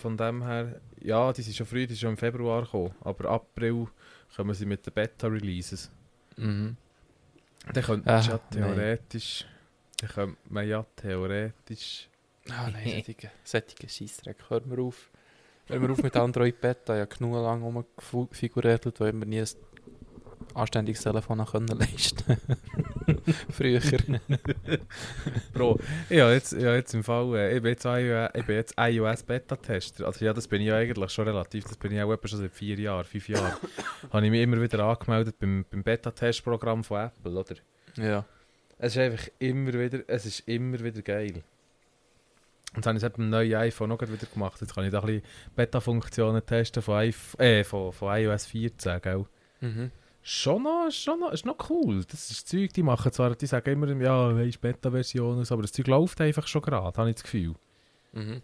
Von dem her, ja, die sind schon früh, die sind schon im Februar gekommen. Aber April kommen sie mit den Beta Releases.
Mhm.
Dann könnte man
Ah,
ja
nein.
theoretisch. Dann könnte man ja theoretisch.
Ah nein, solche, solche Scheissdreck. Hör mir auf. Hör mir auf mit Android Beta. Ich habe genug lange rumgefiguriert, weil ich mir nie ein anständiges Telefon haben können leisten Früher.
Bro, ja, jetzt, ja, jetzt im Fall, äh, ich bin jetzt, iOS, ich bin jetzt iOS Beta-Tester. Also ja, das bin ich ja eigentlich schon relativ, das bin ich auch etwa schon seit vier Jahren, fünf Jahren. habe ich mich immer wieder angemeldet beim, beim Beta-Test-Programm von Apple, oder?
ja.
Es ist einfach immer wieder, es ist immer wieder geil. Und dann habe ich es beim neuen iPhone auch gerade wieder gemacht. Jetzt kann ich da ein bisschen Beta-Funktionen testen von, iPhone, äh, von, von iOS 14, gell?
Mhm.
Schon noch, ist schon noch, ist noch cool. Das ist Zeug, die machen zwar, die sagen immer, ja, weisst, Beta-Version, und so, aber das Zeug läuft einfach schon gerade, habe ich das Gefühl.
Mhm.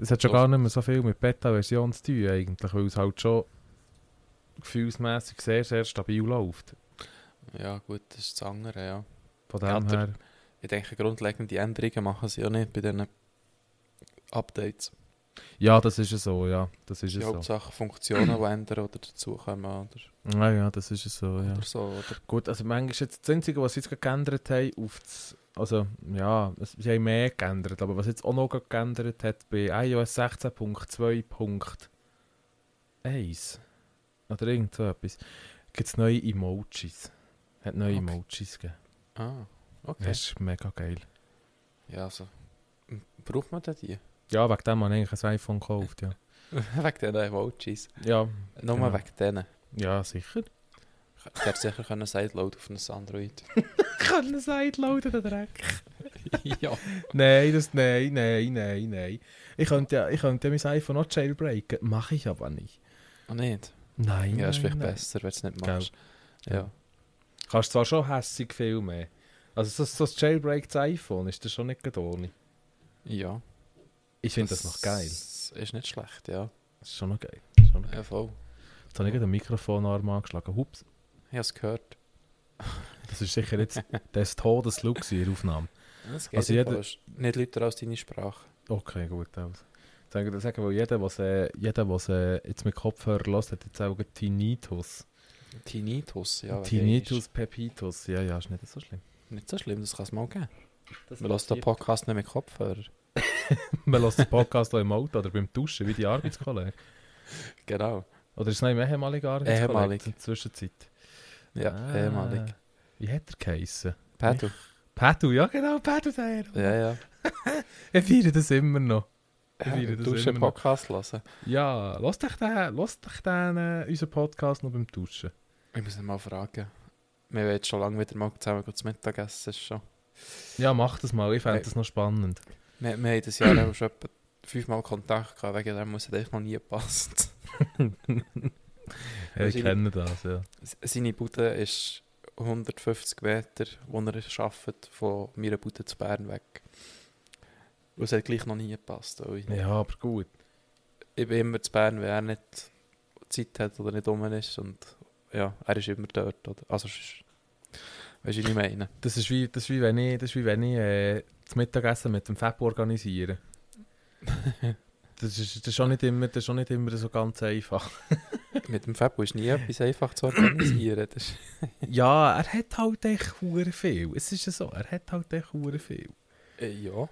Es hat schon
Das-
gar nicht mehr so viel mit Beta-Version zu tun, eigentlich, weil es halt schon gefühlsmässig sehr, sehr stabil läuft.
Ja gut, das ist das andere, ja.
Von dem
Ja, der-
her,
Ich denke, grundlegende Änderungen machen sie ja nicht bei diesen Updates.
ja, das ist es so, ja, das ist
Die
es so.
Hauptsache Funktionen, die ändern oder dazukommen oder,
Ja, ja, das ist es so, ja.
oder so. Oder.
Gut, also manchmal ist jetzt das Einzige, was sie jetzt gerade geändert haben, auf das, also ja, es, sie haben mehr geändert, aber was jetzt auch noch gerade geändert hat bei iOS 16.2.1 oder irgend so etwas, gibt es neue Emojis. Hat neue
Okay.
Emojis gegeben.
Ah, okay.
Das ist mega geil.
Ja, also. m- Braucht man denn die?
Ja, wegen dem habe ich eigentlich ein iPhone gekauft, ja.
wegen diesen Emojis.
Ja,
Nur
Genau.
wegen denen.
ja sicher.
Ich hätte sicher können Sideload auf ein Android.
Kann es einladen, der Dreck.
ja.
Nein, das, nein, nein, nein, nein. Ich könnte, ja- ich könnte ja mein iPhone auch jailbreaken. Mache ich aber nicht.
Oh, nicht?
Nein.
Ja, ist
nein,
vielleicht
nein.
besser, wenn du es nicht
Gell.
machst. Ja.
Kannst zwar schon hässig filmen. Also, so, so das jailbreaktes iPhone ist das schon nicht gerade ohne.
Ja.
Ich finde das, noch geil.
Das ist nicht schlecht, ja.
Das ist schon noch geil. Das ist Schon noch geil.
Ja, voll.
Jetzt habe ich gerade den Mikrofonarm angeschlagen. Hups.
Ich habe es gehört.
Das ist sicher jetzt das Todeslook gewesen in der Aufnahme.
Das
geht
also
im
jeder...
Fall.
Nicht lauter als deine Sprache.
Okay, gut. Also. Sagen wir sagen, weil jeder, was, äh, jeder, was äh, jetzt mit Kopfhörer lässt, hat jetzt auch gerade Tinnitus.
Tinnitus, ja. wenn
Tinnitus, Pepitus. Ja, ja, ist nicht so schlimm.
der ist. Nicht so schlimm, das kann es mal geben.
Das
Man lässt den Podcast nicht mit Kopfhörer.
Man lässt den Podcast auch im Auto oder beim Duschen, wie die Arbeitskollegen.
Genau.
Oder ist es noch im ehemaligen Arbeitskollegen?
Ehemalig.
In der Zwischenzeit.
Ja,
Ah,
ehemalig.
Wie hat er geheissen?
Pedro.
Padu, ja genau, Padu der.
Ja, ja.
Ich feiere das immer noch. Ich feiere das
Du
immer
einen
noch.
Podcast hören.
Ja, lass dich den, lass dich den äh, unseren Podcast noch beim Duschen.
Ich muss ihn mal fragen. Wir wollen schon lange wieder mal zusammen zu Mittag essen. ist Schon.
Ja, mach das mal, ich fände
Hey.
das noch spannend.
Wir, wir haben das Jahr auch schon etwa fünfmal Kontakt gehabt, wegen dem muss es echt noch nie gepasst.
Ja, ich
Wahrscheinlich-
kenne das, ja.
S- Seine Bude ist 150 Meter, wo er arbeitet, von meiner Bude zu Bern weg. Und es hat gleich noch nie gepasst. weil Ich,
Ja, aber gut.
ich bin immer zu Bern, wenn er nicht Zeit hat oder nicht rum ist. Und ja, er ist immer dort. Oder? Also, weißt du, was ich meine?
Das ist wie, das ist wie wenn ich, das ist wie wenn ich äh, das Mittagessen mit dem Fab organisiere. das, ist, das, ist auch nicht immer, das ist auch nicht immer so ganz einfach.
Mit dem Fabio ist nie etwas einfach zu organisieren. Das ist
ja, er hat halt echt hure viel. Es ist ja so, er hat halt echt hure viel.
Äh, ja.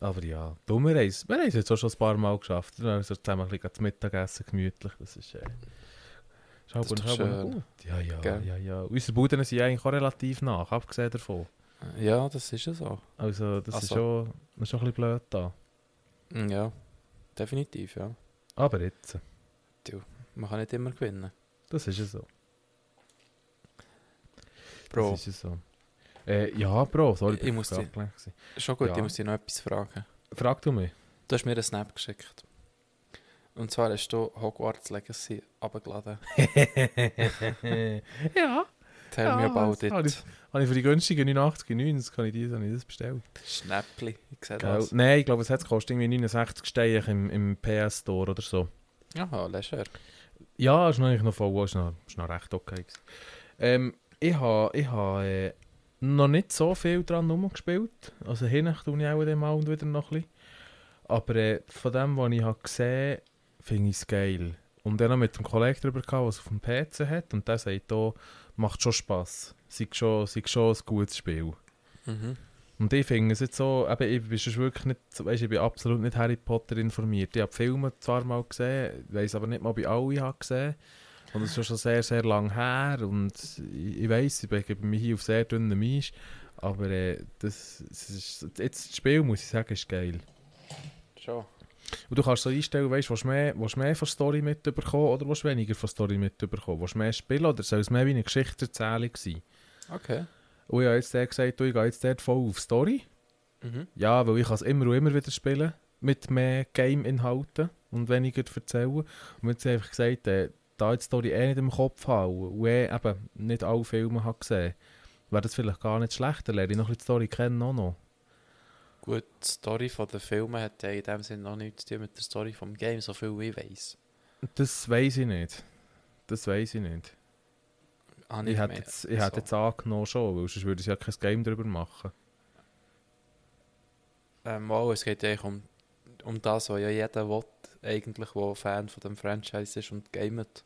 Aber ja, du, wir haben es wir haben es jetzt auch schon ein paar Mal geschafft. Wir haben so zusammen ein bisschen das Mittagessen gemütlich. Das ist, äh, ist halt
Das ist doch
halt
schön.
gut. Ja, ja,
Gell?
ja, ja. Unsere Buden sind eigentlich auch relativ nach, abgesehen davon.
Ja, das ist ja so.
Also, das, ist,
Also.
schon, das ist schon ein bisschen blöd da.
Mm, Ja, definitiv, ja.
Aber jetzt,
Man kann nicht immer gewinnen.
das ist ja so.
Bro,
Das ist es so. Äh, ja, Bro, sorry,
Ich muss
gerade
die-
abgelenkt gewesen.
schon gut,
ja.
ich muss dich noch etwas fragen.
Frag du mich.
Du hast mir einen Snap geschickt. Und zwar hast du Hogwarts Legacy abgeladen.
ja.
Tell
Ja,
me about
das hab ich-
it.
Habe ich für die günstigen 89, 90 kann ich, die, habe ich das bestellt.
Schnäppli, ich sehe
Gell?
das.
Nein, ich glaube, es hat gekostet irgendwie 69 Steine im, im PS Store oder so.
Aha, leger.
Ja, ist noch eigentlich noch voll, ist noch, ist noch recht okay. gewesen. Ähm, ich habe ich ha, äh, noch nicht so viel dran rumgespielt. Also hin und tue ich auch dann mal und wieder noch ein bisschen. Aber äh, von dem, was ich hab gesehen habe, finde ich es geil. Und dann noch mit dem Kollegen darüber gehabt, was auf dem PC hat. Und der sagt auch, macht schon Spass. Sei schon, sei schon ein gutes Spiel.
Mhm.
Und ich finde es jetzt so, eben, ich, bin sonst wirklich nicht, weißt, ich bin absolut nicht Harry Potter informiert. Ich habe die Filme zwar mal gesehen, weiß aber nicht mal, ob ich alle habe gesehen Und es ist schon sehr, sehr lang her. Und ich, ich weiß, ich begebe mich hier auf sehr dünnen Eis. Aber äh, das, es ist, jetzt das Spiel, muss ich sagen, ist geil.
Schon.
Und du kannst so einstellen, weißt, willst du mehr, willst du mehr von der Story mitbekommen oder willst du weniger von der Story mitbekommen? Willst du mehr spielen oder soll es mehr wie eine Geschichtserzählung sein?
Okay.
Und ich habe jetzt der gesagt, du, ich gehe jetzt dort voll auf Story.
Mhm.
Ja, weil ich kann es immer und immer wieder spielen. Mit mehr Game-Inhalten und weniger erzählen. Und wir haben einfach gesagt, äh, da ich die Story eh nicht im Kopf habe und eh eben nicht alle Filme habe gesehen wäre das vielleicht gar nicht schlecht. Dann lerne ich noch ein bisschen die Story kennen. Auch noch.
Gut, die Story von den Filmen hat ja in dem Sinne noch nichts zu tun mit der Story vom Game, so viel wie ich weiß.
Das weiß ich nicht. Das weiß ich nicht.
Ah,
Ich
nicht
hätte
mehr.
jetzt, ich hätte
So.
jetzt angenommen schon, weil sonst würde ich ja kein Game darüber machen.
Ähm, wow, es geht ja eigentlich um, um das, was ja jeder will, eigentlich, der Fan von dem Franchise ist und gamet.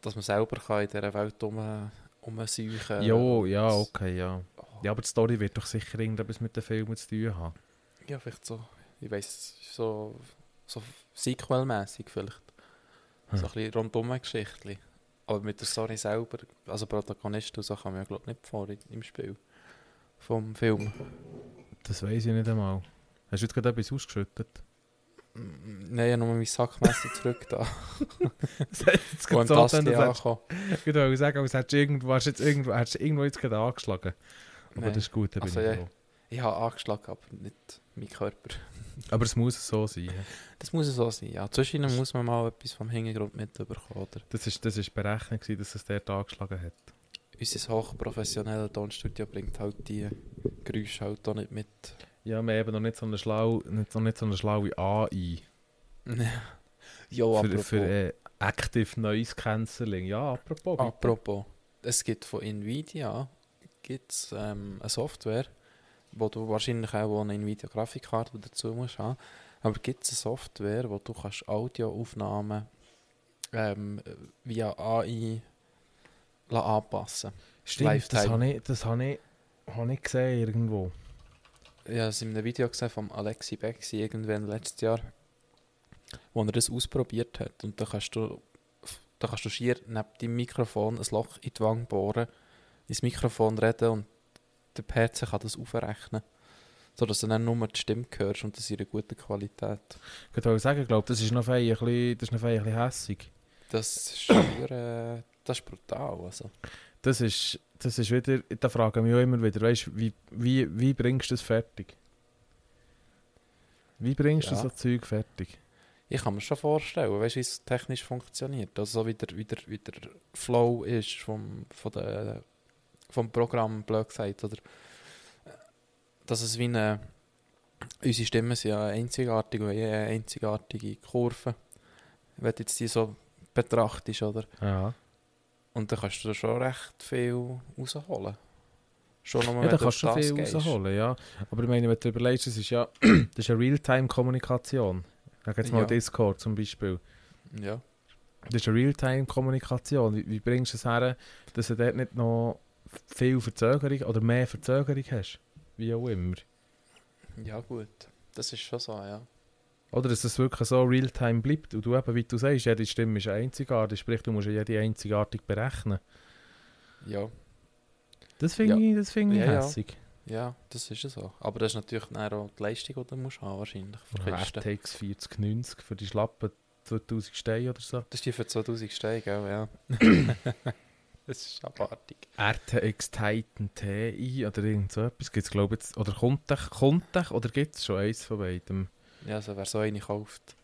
Dass man selber kann in dieser Welt um, umsäuchen
jo,
und-
Äh, ja, okay, ja. Ja, aber die Story wird doch sicher irgendetwas mit den Filmen zu tun haben.
Ja, vielleicht so, ich weiß so, so Sequel-mässig vielleicht.
Hm.
So ein bisschen rundum eine Geschichte. Aber mit der Story selber, also Protagonist und so, kann man ja, glaube ich, nicht vor in- im Spiel. Vom Film.
Das weiß ich nicht einmal. Hast du jetzt gerade etwas ausgeschüttet?
Mm, Nein, ja, nur mein Sackmesser zurück da.
Das hat jetzt
Wo im
gerade so getan, das
Tasten
Genau, hättest
angekommen.
du gerade wollen sagen, aber es hättest du irgendwo, hast du jetzt irgendwo, hast du irgendwo jetzt gerade angeschlagen. Aber
Nein.
das ist gut, da bin
Also,
ich
ja.
froh.
Ich habe angeschlagen, aber nicht mein Körper.
Aber es muss so sein. ja.
Das muss ja so sein, ja. Zwischendurch muss man mal etwas vom Hintergrund mitbekommen, oder?
Das ist, das ist berechnet, gewesen, dass es dort angeschlagen hat.
Unser hochprofessionelles Tonstudio bringt halt die Geräusche halt auch nicht mit.
Ja, wir haben eben noch nicht so eine schlau, nicht so, nicht so eine schlaue AI
Jo,
für,
apropos.
für äh, Active Noise Cancelling. Ja, apropos. bitte.
apropos. Es gibt von Nvidia gibt's, ähm, eine Software, wo du wahrscheinlich auch eine Nvidia-Grafikkarte dazu musst haben. Aber gibt es eine Software, wo du kannst Audioaufnahmen ähm, via AI la- anpassen
Stimmt, das
Lifetime.
habe ich, das habe ich, habe ich gesehen irgendwo.
Ich habe es in einem Video gesehen von Alexi Bexi irgendwann letztes Jahr, wo er das ausprobiert hat. Und da kannst du, da kannst du schier neben deinem Mikrofon ein Loch in die Wange bohren, ins Mikrofon reden und der PC kann das aufrechnen. So dass du dann nur die Stimme hörst und das in einer guten Qualität.
Ich wollte sagen, ich glaube, das ist noch fein, ein bisschen, das ist noch fein, ein bisschen hässig.
Das ist, schier, äh, das ist brutal. Also.
Das ist, das ist wieder, da frage ich mich auch immer wieder, weißt, wie, wie, wie bringst du das fertig? Wie bringst
Ja.
du so Zeug fertig?
Ich kann mir schon vorstellen, weißt, wie es technisch funktioniert. Also so wie der, wie der, wie der Flow ist vom, von der, vom Programm, blöd gesagt. Oder, äh, dass es wie eine... Unsere Stimmen sind ja einzigartig und haben eine einzigartige Kurve. Wenn du jetzt die so betrachtest, oder?
Ja,
Und dann kannst du da schon recht viel rausholen. Schon nur,
ja
wenn
da
du
kannst du
auf
schon
das
viel
gehst.
rausholen, ja. Aber ich meine, wenn du überlegst, das ist ja das ist eine Realtime-Kommunikation. Sag jetzt mal um
Ja.
Discord zum Beispiel.
Ja.
Das ist eine Realtime-Kommunikation. Wie, wie bringst du es her, dass du dort nicht noch viel Verzögerung oder mehr Verzögerung hast? Wie auch immer.
ja, gut. Das ist schon so, ja.
Oder dass es wirklich so Realtime bleibt und du eben, wie du sagst, jede Stimme ist einzigartig, sprich, du musst ja jede einzigartig berechnen.
Ja.
Das finde
Ja.
ich, das finde ich
Ja, ja.
hässig.
Ja, das ist ja so. Aber das ist natürlich dann auch die Leistung, die du musst haben wahrscheinlich. Für
Ja,
Kisten.
RTX 4090 für die schlappen 2000 Steine oder so.
Das ist die für 2000 Steine, gell? Ja. das ist abartig.
RTX Titan TI oder irgend so etwas gibt es, glaube ich, jetzt- oder kommt der, kommt der, oder gibt es schon eins von beidem?
Ja, also wer so eine kauft.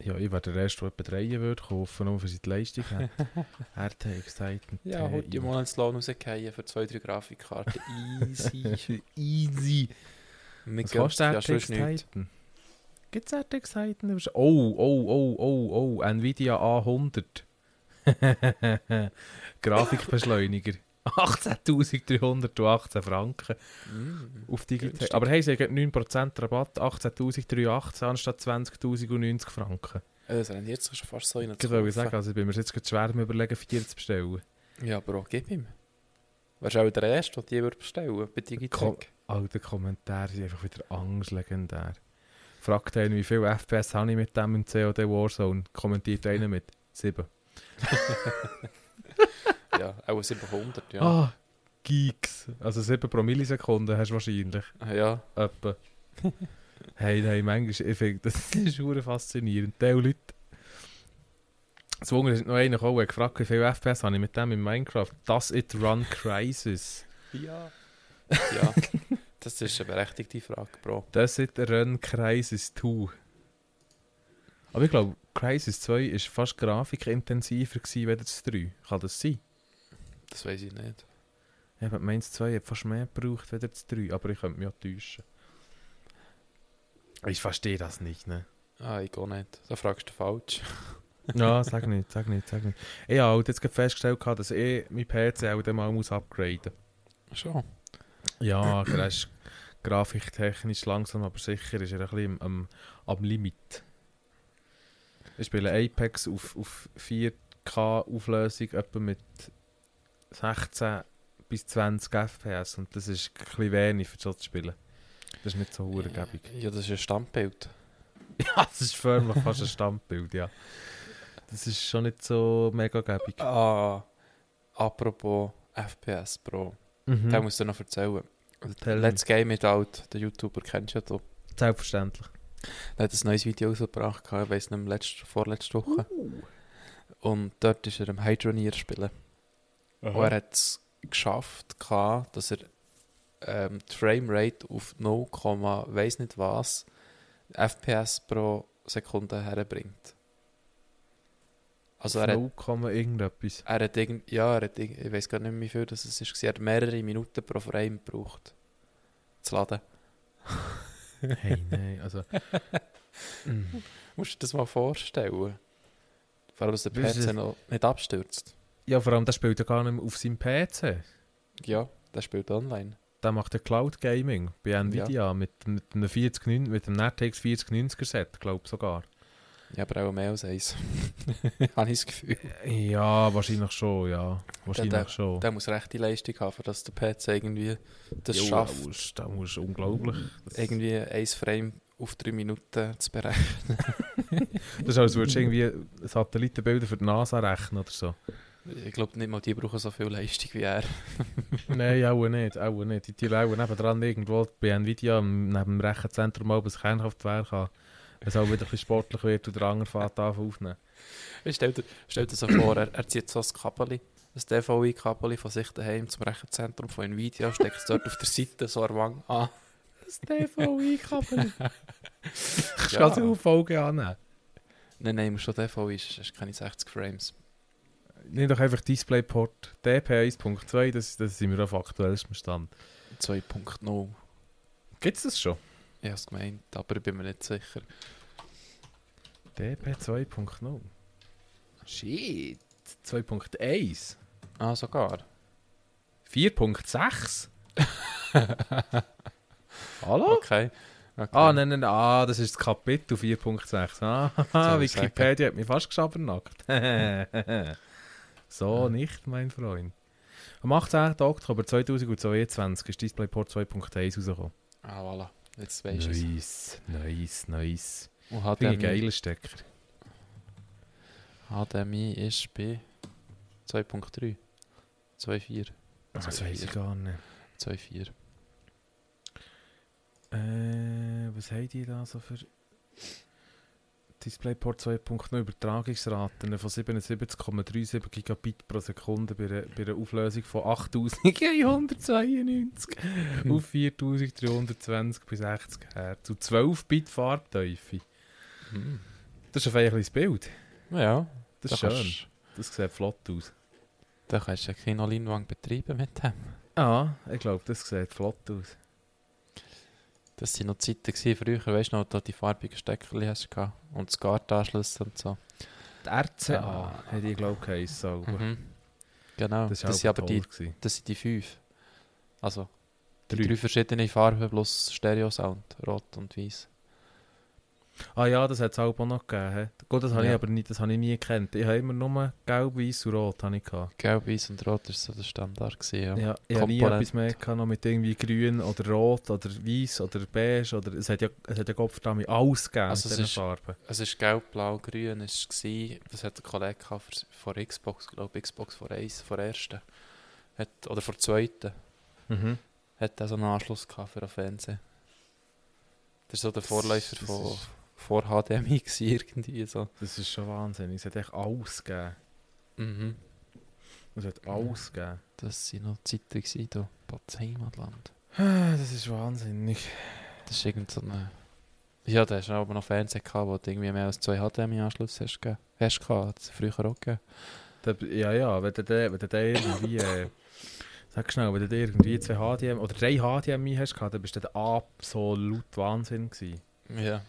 Ja, ich wäre der Erste, der etwa 3 würde kaufen, nur um für seine Leistung hat. RTX Titan
Ja, heute
TI.
die Monatslohn rausgehen für zwei, drei Grafikkarten. Easy.
Easy.
Mit
Was kostet RTX Titan? Gibt es RTX Titan? Oh, oh, oh, oh, oh, Nvidia A100. Grafikbeschleuniger. 18.318 Franken
Mm.
auf digital.
Günstig.
Aber hey, sie haben 9% Rabatt, 18.318 anstatt 20.090 Franken.
Äh, Das rendiert sich schon fast so in
Ich würde sagen, also ich bin mir jetzt gerade schwer am überlegen, vier zu bestellen.
Ja, Bro, gib ihm. Wärst auch der Erste, der die würde bestellen
Komm.
bei Digitec.
Alter, Kommentare sind einfach wieder Angst legendär. Fragt einen, wie viel FPS habe ich mit dem im COD Warzone? Kommentiert einer mit 7.
Ja, auch 700, ja.
Ah, Geeks. Also 7 pro Millisekunde hast du wahrscheinlich.
Ja,
Etwa. hey, nein, manchmal, ich finde, das ist schon faszinierend. Der Leute. Zwungen ist noch einer gekommen, der gefragt, wie viel FPS habe ich mit dem in Minecraft? Does it run Crisis?
Ja. Ja, das ist eine berechtigte Frage, Bro.
Does it run Crisis 2? Aber ich glaube, Crisis 2 ist fast grafikintensiver gewesen, als das 3. Kann das sein?
Das weiß ich nicht.
Ja, aber meins 2 hat fast mehr gebraucht als das 3, aber ich könnte mich auch täuschen. Ich verstehe das nicht, ne?
Ah, ich gehe nicht. Da fragst du falsch.
Ja, sag nicht, sag nicht, sag nicht. Ich habe halt jetzt gerade festgestellt, gehabt, dass ich mein PC auch dann mal muss upgraden
Schon.
muss. Ja, er ist grafiktechnisch langsam, aber sicher ist er ein bisschen am, am, am Limit. Ich spiele Apex auf, auf 4K-Auflösung etwa mit 16 bis 20 FPS und das ist ein bisschen wenig für so zu spielen. Das ist nicht so verdammt
Ja, das ist ein Standbild.
Ja, das ist förmlich fast ein Standbild, ja. Das ist schon nicht so mega gäbig.
Ah, apropos FPS, Bro.
Mhm.
Den musst du noch erzählen.
Tell me.
Let's Game It Out, der YouTuber, kennst du ja. doch.
Selbstverständlich.
Der hat ein neues Video rausgebracht, gehabt, ich weiss nicht, mehr, letzte, vorletzte Woche. Und dort ist er im Hydronier spielen. Und er hat es geschafft, gehabt, dass er ähm, die Framerate auf 0, weiß nicht was FPS pro Sekunde herbringt. Also er hat,
0, irgendetwas.
er hat irgend, ja, er hat irgend, ich weiß gar nicht mehr wie viel das es ist, er hat mehrere Minuten pro Frame gebraucht. Zu laden.
Hey, nein, also... Mm.
Musst du dir das mal vorstellen? Warum der
Weißt du-
PC noch nicht abstürzt.
ja, vor allem, der spielt ja gar nicht mehr auf seinem PC.
Ja, der spielt online.
Der macht ja Cloud Gaming bei Nvidia mit, mit, einem 40, mit einem NetX 4090er Set, glaube ich sogar.
Ja, aber auch mehr als eins. Habe ich das Gefühl.
Ja, wahrscheinlich schon, ja. Wahrscheinlich
der-
schon.
Der muss rechte Leistung haben, dass der PC irgendwie das
Jo,
schafft,
Da musst, da musst du unglaublich. Das,
irgendwie ein Frame auf drei Minuten zu berechnen.
das ist, als würdest du irgendwie Satellitenbilder für die NASA rechnen oder so.
Ich glaube nicht mal, die brauchen so viel Leistung wie er.
Nein, auch nicht, auch nicht. Die Tiere auch nebendran irgendwo bei Nvidia, am- neben dem Rechenzentrum oben ein Kernkraftwerk an. Wenn es auch wieder ein bisschen sportlich wird und der andere fährt an aufnehmen.
Stell dir, stell dir so vor, er, er zieht so ein Kabel, ein DVI-Kabel von sich daheim zum Rechenzentrum von Nvidia, steckt es dort auf der Seite so an der Wange an.
Das DVI-Kabel. Kannst du
Ja.
also auf Folge annehmen?
Nein, nein, muss schon DVI, ist, ist keine 60 Frames.
Nimm doch einfach DisplayPort DP1.2, das, das sind wir auf aktuellstem Stand.
2.0,
Gibt es das schon?
ich habe es gemeint, aber ich bin mir nicht sicher.
DP2.0. Shit. 2.1.
Ah, sogar.
4.6. Hallo?
Okay. okay.
Oh. Ah, nein, nein, nein, ah, das ist das Kapitel 4.6. Ah, haha,
Soll ich
Wikipedia hat mich fast geschabernackt. so nicht, mein Freund. Am 18. Oktober 2022 ist DisplayPort 2.1 rausgekommen.
Ah, voilà. Jetzt weisst du es.
Nice, nice, nice.
Und hat
Finde
dann
ich geiler Stecker.
HDMI ist bei 2.3. 2.4.
Das
zwei,
weiß ich
vier.
gar nicht.
2.4.
Äh, was haben die da so für DisplayPort 2.0 Übertragungsraten von 77,37 Gigabit pro Sekunde bei einer, bei einer Auflösung von 8192
Hm.
auf 4320 bis 60 Hertz und 12 Bit Farbtiefe.
Hm.
Das ist ein feierliches Bild.
Ja,
Das ist
da
schön.
Kannst,
Das sieht flott aus.
da kannst du ja Kinoleinwand betreiben mit dem.
Ah, ich glaube, das sieht flott aus.
Das waren noch Zeiten gewesen, früher, weißt du noch, da die farbigen Steckerli hast gehabt und das Gartanschlüssel und so.
Die RCA
Ah.
hätte ich glaube geheissen. aber
Mhm. Genau, das,
Das war
sind aber die,
Gewesen.
das sind die fünf. Also, die
Drei.
drei, verschiedenen Farben plus Stereo-Sound, rot und weiß.
Ah ja, das hat es auch noch gegeben. hä? Gut, das habe ich
Ja.
aber nicht, das habe ich nie gekannt. Ich habe immer nur gelb, weiß und rot. Habe ich gehabt.
Gelb, weiß und rot war so der Standard. Gewesen, ja.
Ja. ich habe nie
Komponent.
etwas mehr gehabt, noch mit irgendwie grün oder rot oder weiß oder beige. Oder, es hat ja, es hat ja Kopf damit alles gegeben
Also
mit
es
diesen
ist-
Farben.
Es ist gelb, blau, grün. Es war, was hat der Kollege gehabt für- von Xbox, glaube Xbox vor eins, vor der ersten. Hat, oder vor der zweiten.
Mhm.
Hat er so einen Anschluss gehabt für den Fernseher. Das ist so der
Das-
Vorläufer
das
von,
ist-
vor HDMI gewesen, irgendwie so.
Das ist schon Wahnsinn. Es hat echt alles gegeben.
Mhm.
Es hat alles gegeben.
Das waren noch Zeiten gewesen, da. Patz Heimatland.
Das ist wahnsinnig.
Das ist irgend so eine... Ja, da hast du aber noch Fernseher gehabt, wo du irgendwie mehr als zwei HDMI-Anschlüsse hast, gegeben- hast gehabt. Hat es früher auch gegeben.
Da- Ja, ja, wenn du den, wenn du den irgendwie. Äh, sag schnell, wenn du den irgendwie zwei HDMI oder drei HDMI hast, gehabt, dann bist du der absolut Wahnsinn gewesen.
Ja.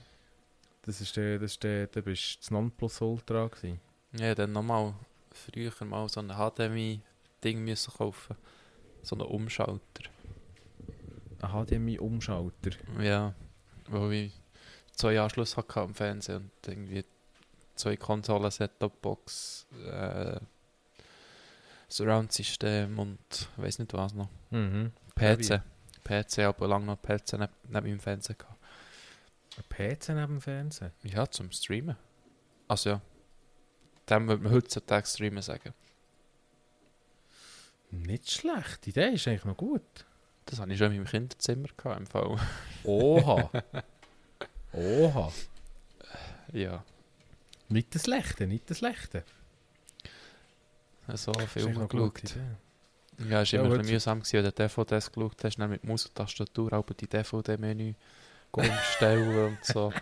Das ist der, das ist der, der bist das Nonplusultra gewesen.
Ja, dann nochmal früher mal so ein HDMI-Ding müssen kaufen. So einen Umschalter.
Ein HDMI-Umschalter.
Ja, wo ich zwei Anschlüsse hatte am Fernseher und irgendwie zwei Konsolen, Setup-Box, äh, Surround-System und weiß nicht was noch.
Mhm.
PC. PC, aber lange noch PC neben, neben meinem Fernseher gehabt.
Ein PC neben dem Fernsehen.
Ja, zum Streamen. Also ja. Dem würde man heutzutage Streamen sagen.
Nicht schlecht. Die Idee ist eigentlich noch gut.
Das hatte ich schon in meinem Kinderzimmer gehabt, im Fall.
Oha. Oha.
ja.
Nicht das Schlechte, nicht das Schlechte.
so
Das ist eigentlich
Filme
noch eine gute
geschaut.
Idee.
Ja, es war
Ja,
immer ein
gut.
bisschen mühsam, gewesen, wenn du DVD geschaut hast, dann mit Maus und Tastatur auch die DVD-Menü umstellen und so.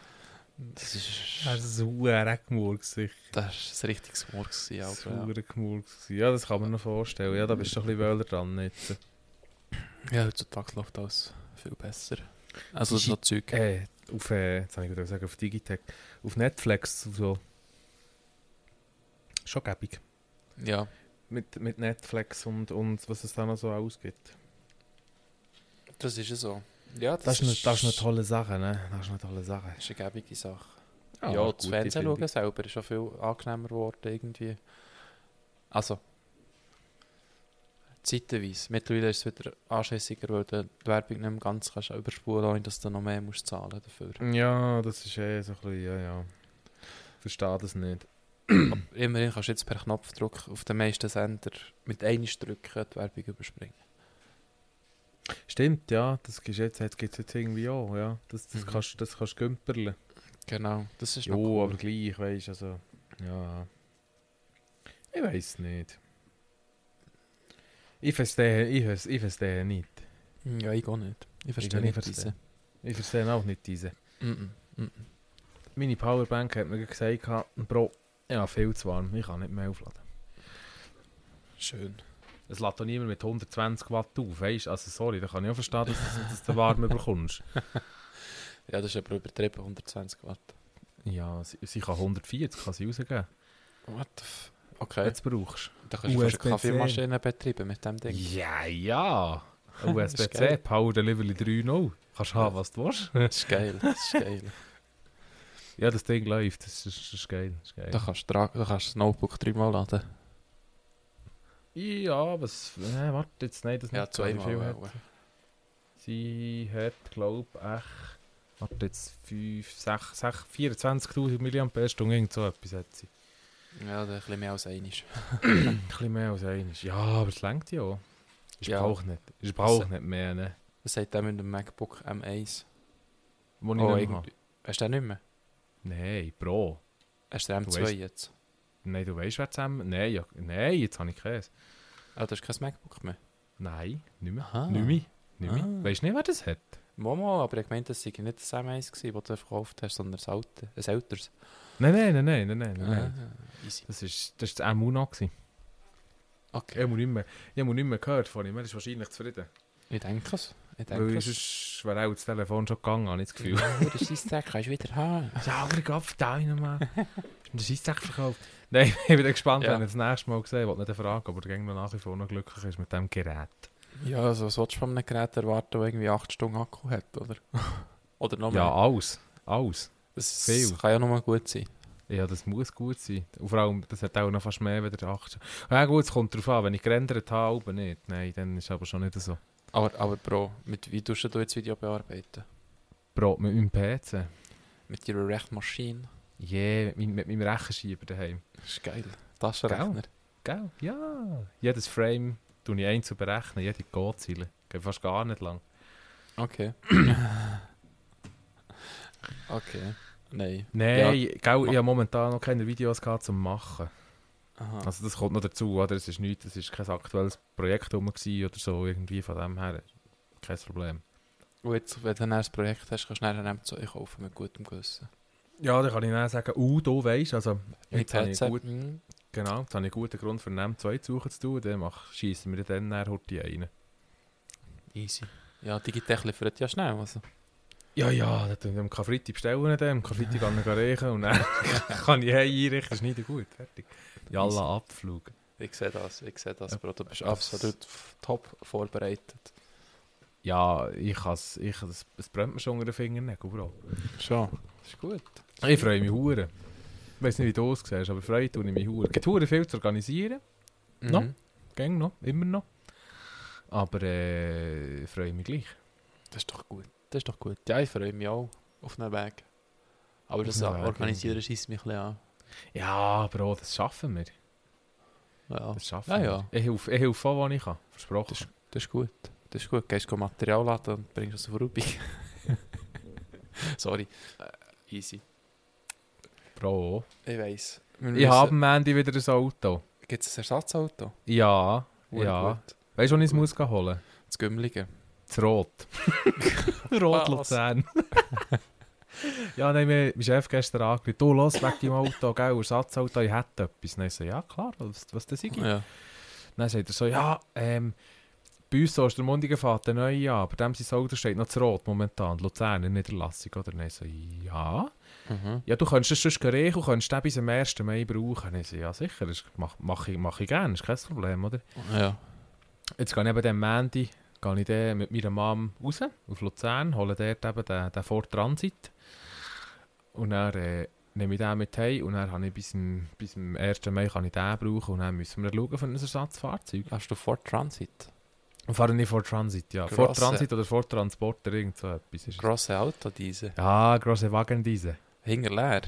Das ist,
Er ist ein verdammt gemurkt, sicher.
das ist ein richtiges Murks. gewesen,
Das ist
aber
verdammt gemurkt gewesen. Ja, das kann man noch vorstellen. Ja, da bist du ein bisschen wöhler dran jetzt.
Ja. ja, heutzutage läuft alles viel besser. Also
Digi-
so Zeug.
Äh, auf, äh, jetzt habe ich gerade gesagt, auf Digitech. Auf Netflix und so. Schon gäbig.
Ja,
Mit, mit Netflix und, und was es da noch so ausgibt.
das ist ja so. Ja,
Das, ist, eine, das ist eine tolle Sache, ne? Das ist eine tolle Sache.
Das ist eine gäbige Sache.
Ja,
Ja,
eine
das
gute
Fernsehen
Findung.
schauen selber ist schon viel angenehmer geworden irgendwie. Also. Zeitenweise. Mittlerweile ist es wieder anschässiger, weil du die Werbung nicht mehr ganz kannst überspulen kannst, dass du noch mehr musst zahlen dafür.
Ja, das ist eh so ein bisschen, ja, ja. Verstehe das nicht.
Immerhin kannst du jetzt per Knopfdruck auf den meisten Sender mit einem drücken die Werbung überspringen.
Stimmt, ja, das gibt es jetzt, gibt's jetzt irgendwie auch, ja. Das, das
Mhm.
kannst du das kannst du gümperlen.
Genau, das ist
Ja,
noch cool.
aber gleich, weißt du, also. Ja. Ich weiß nicht. Ich verstehe, ich, vers- ich verstehe nicht.
Ja, ich auch nicht. Ich verstehe
kann nicht
nicht diese.
Ich verstehe auch nicht diese.
Mhm, mhm.
Meine Powerbank hat mir gesagt, gehabt, Bro, ja, viel zu warm, ich kann nicht mehr aufladen.
Schön.
Es lädt doch niemand mit 120 Watt auf, weißt du? Also, sorry, da kann ich auch verstehen, dass, du- dass du warm bekommst.
Ja, das ist aber übertrieben, 120 Watt.
Ja, sie, sie kann 140 kann sie rausgeben,
What the f...
wenn
Okay,
du es brauchst.
da kannst du fast
USB-C.
eine Kaffeemaschine betreiben mit dem Ding.
Ja, ja.
Ist geil.
USB-C, Power Delivery 3.0. Kannst haben, was du willst.
Das ist geil, das ist geil.
Ja, das Ding läuft. Das ist, das ist geil. Das ist geil.
Da kannst du dra- da kannst du das Notebook dreimal laden.
Ja, was. Nein, warte jetzt. Nein, das
Ja,
nicht. Wie viel
zweimal.
hat- Sie hat, glaube ich, echt. Warte jetzt, 5, 6, 6 24.000 mAh, irgend so etwas hat sie.
Ja, da ein bisschen mehr als einig.
Ein bisschen mehr als eines. Ja, aber es längt ja auch. Ich
Ja.
brauche nicht. Ich brauche nicht mehr, ne?
Das sagt der mit dem MacBook M1.
Wo ich nicht
Oh,
mehr habe.
irgendwie. Hast du den nicht mehr?
Nein, Bro.
Hast du den
Du
M2
weißt-
jetzt?
Nein, du weißt, wer zusammen. Nein, ja, nein, jetzt habe ich Käse.
Ah, das ist kein MacBook mehr.
Nein, nicht mehr.
Aha.
Nicht mehr. Nicht mehr.
Ah.
Weißt du nicht, wer das hat?
Momo, aber ich meinte, das sei nicht das M1 gewesen, das du verkauft hast, sondern das alte. Ein älteres.
Nein, nein, nein, nein, nein, nein. nein.
Ah, easy.
Das ist, das ist das MU noch. Gewesen.
Okay.
Ich habe nicht mehr, ich habe nicht mehr gehört von ihm. Er ist wahrscheinlich zufrieden.
Ich denke es. Ich denke
Weil
es.
sonst wäre auch das Telefon schon gegangen, habe ich das Gefühl.
Ja, das ist dein kannst du wieder haben.
ja, aber ich gehe auf deinen Mann. Ist mir der Scheissdreck verkauft. Nein, ich bin gespannt,
Ja.
wenn er das nächste Mal gesehen wird. Nicht fragen, ob er gegen mich nach wie vor noch glücklich ist mit diesem Gerät.
Ja, also was willst du von einem Gerät erwarten, das irgendwie 8 Stunden Akku hat, oder? oder noch mehr?
Ja, alles. Alles.
das
viel.
kann ja noch mal gut sein.
Ja, das muss gut sein. Und vor allem, das hat auch noch fast mehr als 8. Ja gut, es kommt drauf an. Wenn ich gerendert habe, aber nicht. Nein, dann ist aber schon nicht so.
Aber, aber Bro, mit, wie tust du jetzt Video bearbeiten?
Brot mit meinem PC.
Mit deiner Rechenmaschine?
Yeah, mit, meinem- mit meinem Rechenschieber daheim.
Das ist geil. Taschenrechner.
Gell? Ja. Jedes Frame tue ich einzeln berechnen, jede Gottzeile. Geht fast gar nicht lang.
Okay. okay. Nein.
Nein, gell, ich habe momentan noch keine Videos gehabt, zum Machen.
Aha.
Also das kommt noch dazu, oder? Es ist nichts, es ist kein aktuelles Projekt rum gewesen oder so, irgendwie von dem her. Kein Problem.
Und jetzt, wenn du dann ein Projekt hast, kannst du dann einen M2 kaufen mit gutem Gewissen.
Ja, dann kann ich dann sagen, uh, du weißt, also jetzt habe ich,
Headset.
gut,
Mhm.
genau, jetzt habe ich guten Grund für einen M2 zu suchen zu tun, dann schießen wir dann nachher heute einen.
Easy. Ja, Digitech liefert ja schnell. Also.
Ja, ja, dann tun wir am Karfreitag bestellen, dann am Karfreitag gehen wir riechen und dann kann ich heim einrichten, das ist nicht gut, fertig. Jalla, Abflug.
Ich sehe das, ich sehe das,
Ja,
Bro. Du bist
das-
absolut f- top vorbereitet.
Ja, ich has, ich has, es brennt mir schon unter den Fingernägeln, Bro.
Schon. Das ist gut.
Ich freue mich hure. Ich weiß nicht, wie du es siehst, aber freue tue ich mich hure. Es gibt hure viel zu organisieren, No.
Mhm.
gäng noch, immer noch. Aber äh, freue mich gleich.
Das ist doch gut. Das ist doch gut. Ja, ich freue mich auch auf den Weg. Aber das
den Weg,
Organisieren schießt mich ein bisschen an.
Ja, Bro, das schaffen wir.
Ja,
Das schaffen
Ah. Ja,
wir.
ja.
Ich helfe, ich helfe auch, wo ich kann, versprochen.
das ist gut. Das ist gut. Gehst du Material laden und bringst es vorbei. Sorry. Äh, easy.
Bro,
Ich weiß.
ich habe am Ende wieder ein Auto.
Gibt es ein Ersatzauto?
Ja,
Hure
ja.
gut.
Weißt du, was ich es muss gehen holen
Das Gümmelige.
Das Rot. Rot
Was?
Luzern. ja, nein, mir mein Chef gestern angerufen, du, los, weg im Auto, gell, Ersatzauto, ich hätte etwas. Dann ich so, ja klar, was, was das ist.
Ja.
Dann sagt er so, ja, ähm, bei uns Ostermundigen fährt der neue an, bei dem sein Auto steht noch zu rot momentan, Luzern in Niederlassung, oder? Dann ich so, ja.
Mhm.
Ja, du könntest es sonst riechen und könntest den bis am 1. Mai brauchen. Ich so, ja sicher, das mache mach ich, mach ich gerne, ist kein Problem, oder?
ja.
Jetzt gehe ich eben den Mandy gehe ich dann mit meiner Mom raus auf Luzern, hole dort eben den, den Ford Transit. Und dann äh, nehme ich den mit heim und dann habe ich bis, zum- bis zum 1. Mai kann ich den brauchen und dann müssen wir schauen für ein Ersatzfahrzeug.
Hast du Ford Transit?
Und fahre nicht Ford Transit, ja.
Grosse.
Ford Transit oder Ford Transporter, irgend so etwas. Ist es.
Grosse Auto diese.
Ja, grosse Wagen diese.
Hinger leer.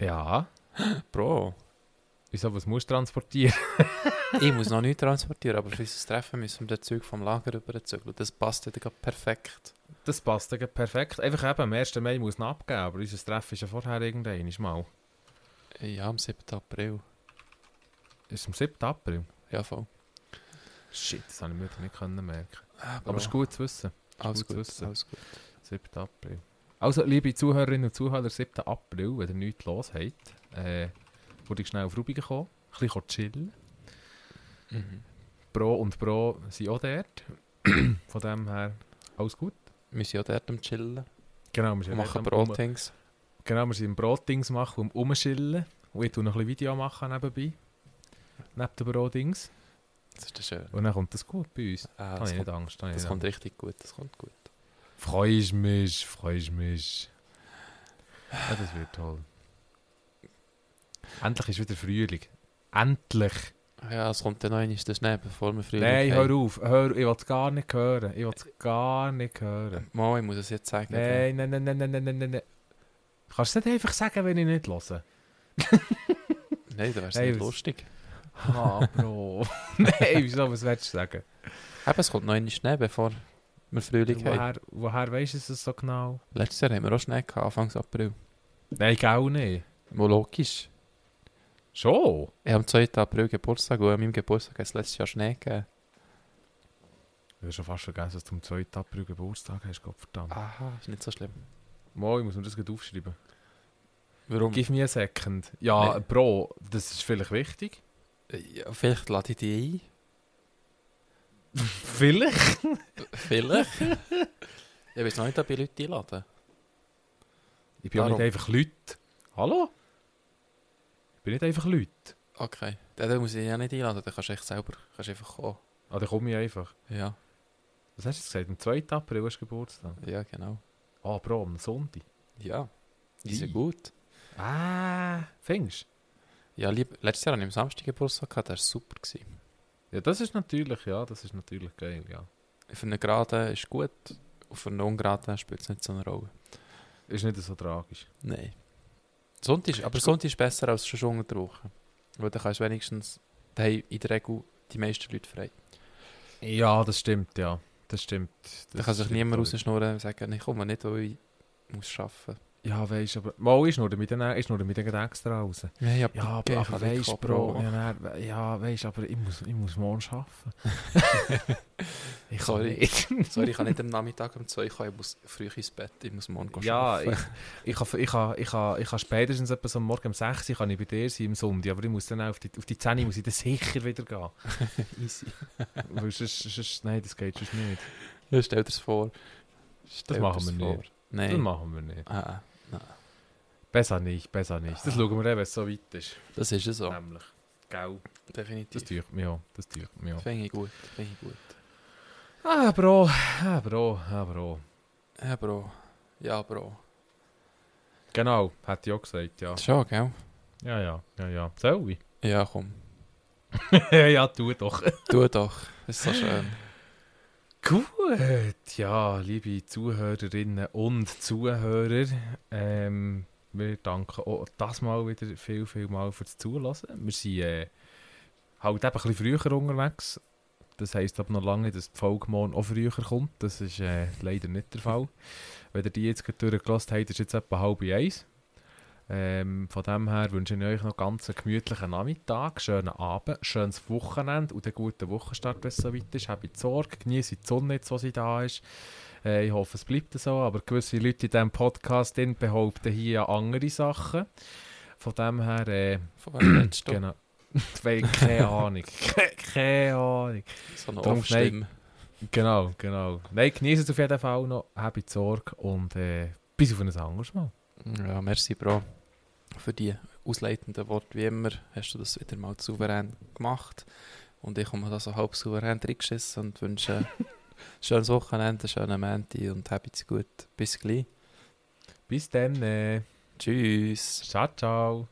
Ja,
Bro.
wieso, was musst du transportieren?
ich muss noch nicht transportieren, aber für unser Treffen müssen wir den Zeug vom Lager überzügeln. Das passt dann gerade perfekt.
Das passt dann perfekt. Einfach eben, am 1. Mai muss man abgeben, aber unser Treffen ist ja vorher irgendwann mal.
Ja, am 7. April.
Ist am 7. April.
Ja, voll.
Shit, das habe ich mir heute nicht können merken.
Aber
Aber es ist gut zu wissen.
Ah, Alles
gut zu
gut,
wissen.
alles gut.
7. April. Also, liebe Zuhörerinnen und Zuhörer, 7. April, wenn ihr nichts los habt, äh, würde ich schnell auf Rubigen kommen, ein bisschen chillen. Mhm. Pro und Pro sind auch dort. Von dem her, alles gut.
Wir sind ja dort am Chillen.
Genau, wir
Wir
sind
machen
dort am Rum-
Brotings.
Genau, wir sind im Brotdings machen und umschillen. Und ich tue noch ein bisschen Video machen nebenbei. Neben den Brotdings.
Das ist schön.
Und dann kommt das gut bei uns.
Ah,
Da habe
das,
ich nicht
kommt,
Angst. da habe ich
das
nicht
kommt richtig gut, das kommt gut.
Freust mich, freust mich. Ja, das wird toll. Endlich ist wieder Frühling. Endlich!
Ja, es kommt dann noch einmal der Schnee, bevor wir früh
Nein, hör auf, hör, ich will es gar nicht hören. Ich will es gar nicht hören.
Mal, ich muss es jetzt sagen.
Nein, nein, nein, nein, nein, nein, nein, nein, nein. Kannst du es nicht einfach sagen, wenn ich nicht höre?
Nein, dann wäre es
Nein,
nicht
was-
lustig.
Ah, Bro. nein, wieso, was willst du sagen?
Eben, es kommt noch einmal Schnee, bevor wir Frühling haben.
Woher, woher weißt du es so genau?
Letztes Jahr haben wir auch Schnee gehabt, Anfang April.
Nein, auch nicht.
Wo logisch.
Schon?
Ich habe am 2. April Geburtstag und an meinem Geburtstag hat es letztes Jahr Schnee gegeben.
Ich habe schon fast vergessen, dass du am 2. April Geburtstag hast, Gott verdammt.
Aha, ist nicht so schlimm.
Moi, Ah, ich muss mir das gleich aufschreiben.
Warum?
Give me a second. Ja,
Nee.
Bro, das ist vielleicht wichtig.
Ja, vielleicht lade ich dich
Vielleicht?
ein. Vielleicht. ich weiß noch nicht, ob ich Leute einlade.
Ich bin auch nicht
Darum.
einfach Leute. Hallo? Ich bin nicht einfach Leute.
Okay. Dann dann muss ich ja nicht einladen, dann kannst du echt selber kannst einfach kommen.
Ah, dann komme ich einfach.
Ja,
Was hast du gesagt? Am 2. April hast du Geburtstag?
ja, genau.
Ah, Bro, am Sonntag.
Ja, die
Ei.
sind gut.
Ah, fängst
Ja, lieb, letztes Jahr hatte ich am Samstag Geburtstag, gehabt, der war super. Gewesen.
Ja, das ist natürlich, ja, das ist natürlich geil, ja.
Für einen Geraden ist gut, und für einen Ungeraden spielt es nicht so eine Rolle.
Ist nicht so tragisch.
Nein. Sonntag, ist- aber Sonntag ist besser als schon unter der Woche. Weil dann kannst du wenigstens, da haben in der Regel die meisten Leute frei.
Ja, das stimmt, ja. Das stimmt.
Da
Das
kann sich
stimmt
niemand
auch.
rausschnurren und sagen, ich komme nicht, weil ich muss arbeiten
Ja, weisst aber... Mal ist nur mit den, ist nur mit den extra raus.
Nein,
Ja, aber, aber weisst, Bro... Ja, nein, ja, weisst, aber ich muss, ich muss morgen arbeiten. ich
Sorry.
Kann nicht.
Sorry, ich kann nicht am Nachmittag um 2 kommen, ich muss früh ins Bett, ich muss morgen arbeiten.
Ja, ich, ich, kann, ich, kann, ich, kann, ich kann spätestens etwa so am morgen um 6 Uhr kann ich bei dir sein, am Sonntag, aber ich muss dann auch auf die, auf die 10 Uhr muss ich dann sicher wieder gehen.
easy.
Weil sonst, sonst, nein, das geht sonst nicht.
Ja, stell dir das vor. Stell dir
machen wir
vor.
nicht.
Nein.
Das machen wir nicht.
Ah, ah,
Besser nicht, besser nicht. Das schauen wir dann, wenn es so weit ist.
das ist es so.
Nämlich. Gell? Das
Definitiv.
tücht mir ja. Das tücht mir ja.
Finde ich gut. Finde ich gut.
Ah, Bro. Ah, Bro. Ah, Bro.
Ja, Bro. Ja, Bro.
Genau, hätte ich auch gesagt, ja.
Schon, gell?
Ja, ja, ja, ja. Soll ich?
Ja, komm.
ja, tu doch.
Tu doch. Das ist so schön.
Gut, ja, liebe Zuhörerinnen und Zuhörer, ähm, wir danken auch das Mal wieder viel, viel mal fürs Zulassen. Wir sind äh, halt eben ein bisschen früher unterwegs. Das heisst aber noch lange nicht, dass die Folge morgen auch früher kommt. Das ist äh, leider nicht der Fall. Wenn ihr die jetzt gerade durchgelassen habt, ist jetzt etwa halb eins. Ähm, von dem her wünsche ich euch noch ganz einen gemütlichen Nachmittag, schönen Abend, schönes Wochenende und einen guten Wochenstart, wenn es so weit ist. Habt Sorge, genieße die Sonne jetzt, die sie da ist. Äh, ich hoffe, es bleibt so, aber gewisse Leute in diesem Podcast drin behaupten hier andere Sachen. Von dem her, äh,
Von wem redest du?
genau. Weil, keine Ahnung, Ke- keine Ahnung.
So eine
Darum-
Off-Stimme.
Genau, genau. Nein, genieße es auf jeden Fall noch, habt Sorge und äh, bis auf ein anderes Mal.
Ja, merci, Bro. Für die ausleitenden Worte, wie immer, hast du das wieder mal souverän gemacht. Und ich komme da so halb souverän reingeschissen und wünsche ein schönes Wochenende, einen schönen Menti und habt's gut. Bis gleich.
Bis dann, äh,
Tschüss.
ciao, ciao.